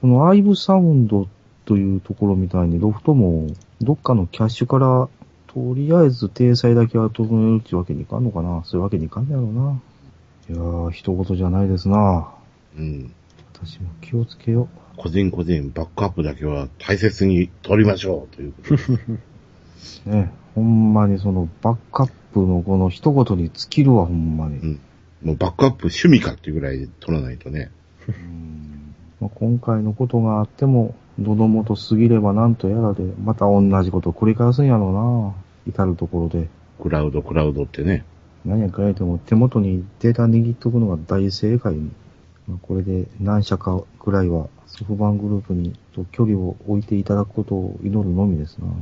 Speaker 4: このアイブサウンドというところみたいにロフトもどっかのキャッシュからとりあえず体裁だけは整えるってわけにいかんのかなそういうわけにいかんやろうな。いやー、一言じゃないですな。
Speaker 1: うん。
Speaker 4: 私も気をつけよ
Speaker 1: 個人個人バックアップだけは大切に取りましょうということ です。
Speaker 4: う。ね。ほんまにそのバックアップのこの一言に尽きるわ、ほんまに。
Speaker 1: もうバックアップ趣味かっていうぐらい取らないとね。
Speaker 4: まあ、今回のことがあっても、喉元過ぎればなんとやらで、また同じことを繰り返すんやろうな。至るところで。
Speaker 1: クラウド、クラウドってね。
Speaker 4: 何やかんやでも手元にデータ握っとくのが大正解。まあ、これで何社かくらいはソフトバンクグループにと距離を置いていただくことを祈るのみですな。も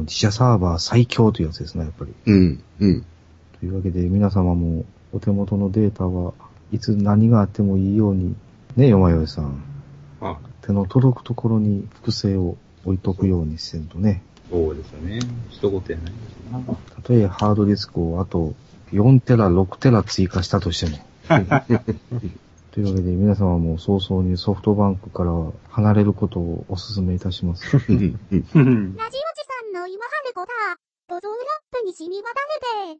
Speaker 4: う自社サーバー最強というやつですね、やっぱり。
Speaker 1: うん、うん。
Speaker 4: というわけで皆様もお手元のデータはいつ何があってもいいように、ね、よまよいさん。
Speaker 2: あ、
Speaker 4: 手の届くところに複製を置いとくようにせんとね。
Speaker 2: そうですよね。一言やないですな。
Speaker 4: たとえハードディスクをあと4テラ、6テラ追加したとしても。というわけで皆様も早々にソフトバンクから離れることをお勧めいたします。
Speaker 2: う
Speaker 3: ラジ
Speaker 2: ん
Speaker 3: オジさんの今春子だ。ボトルラップに染み渡れて。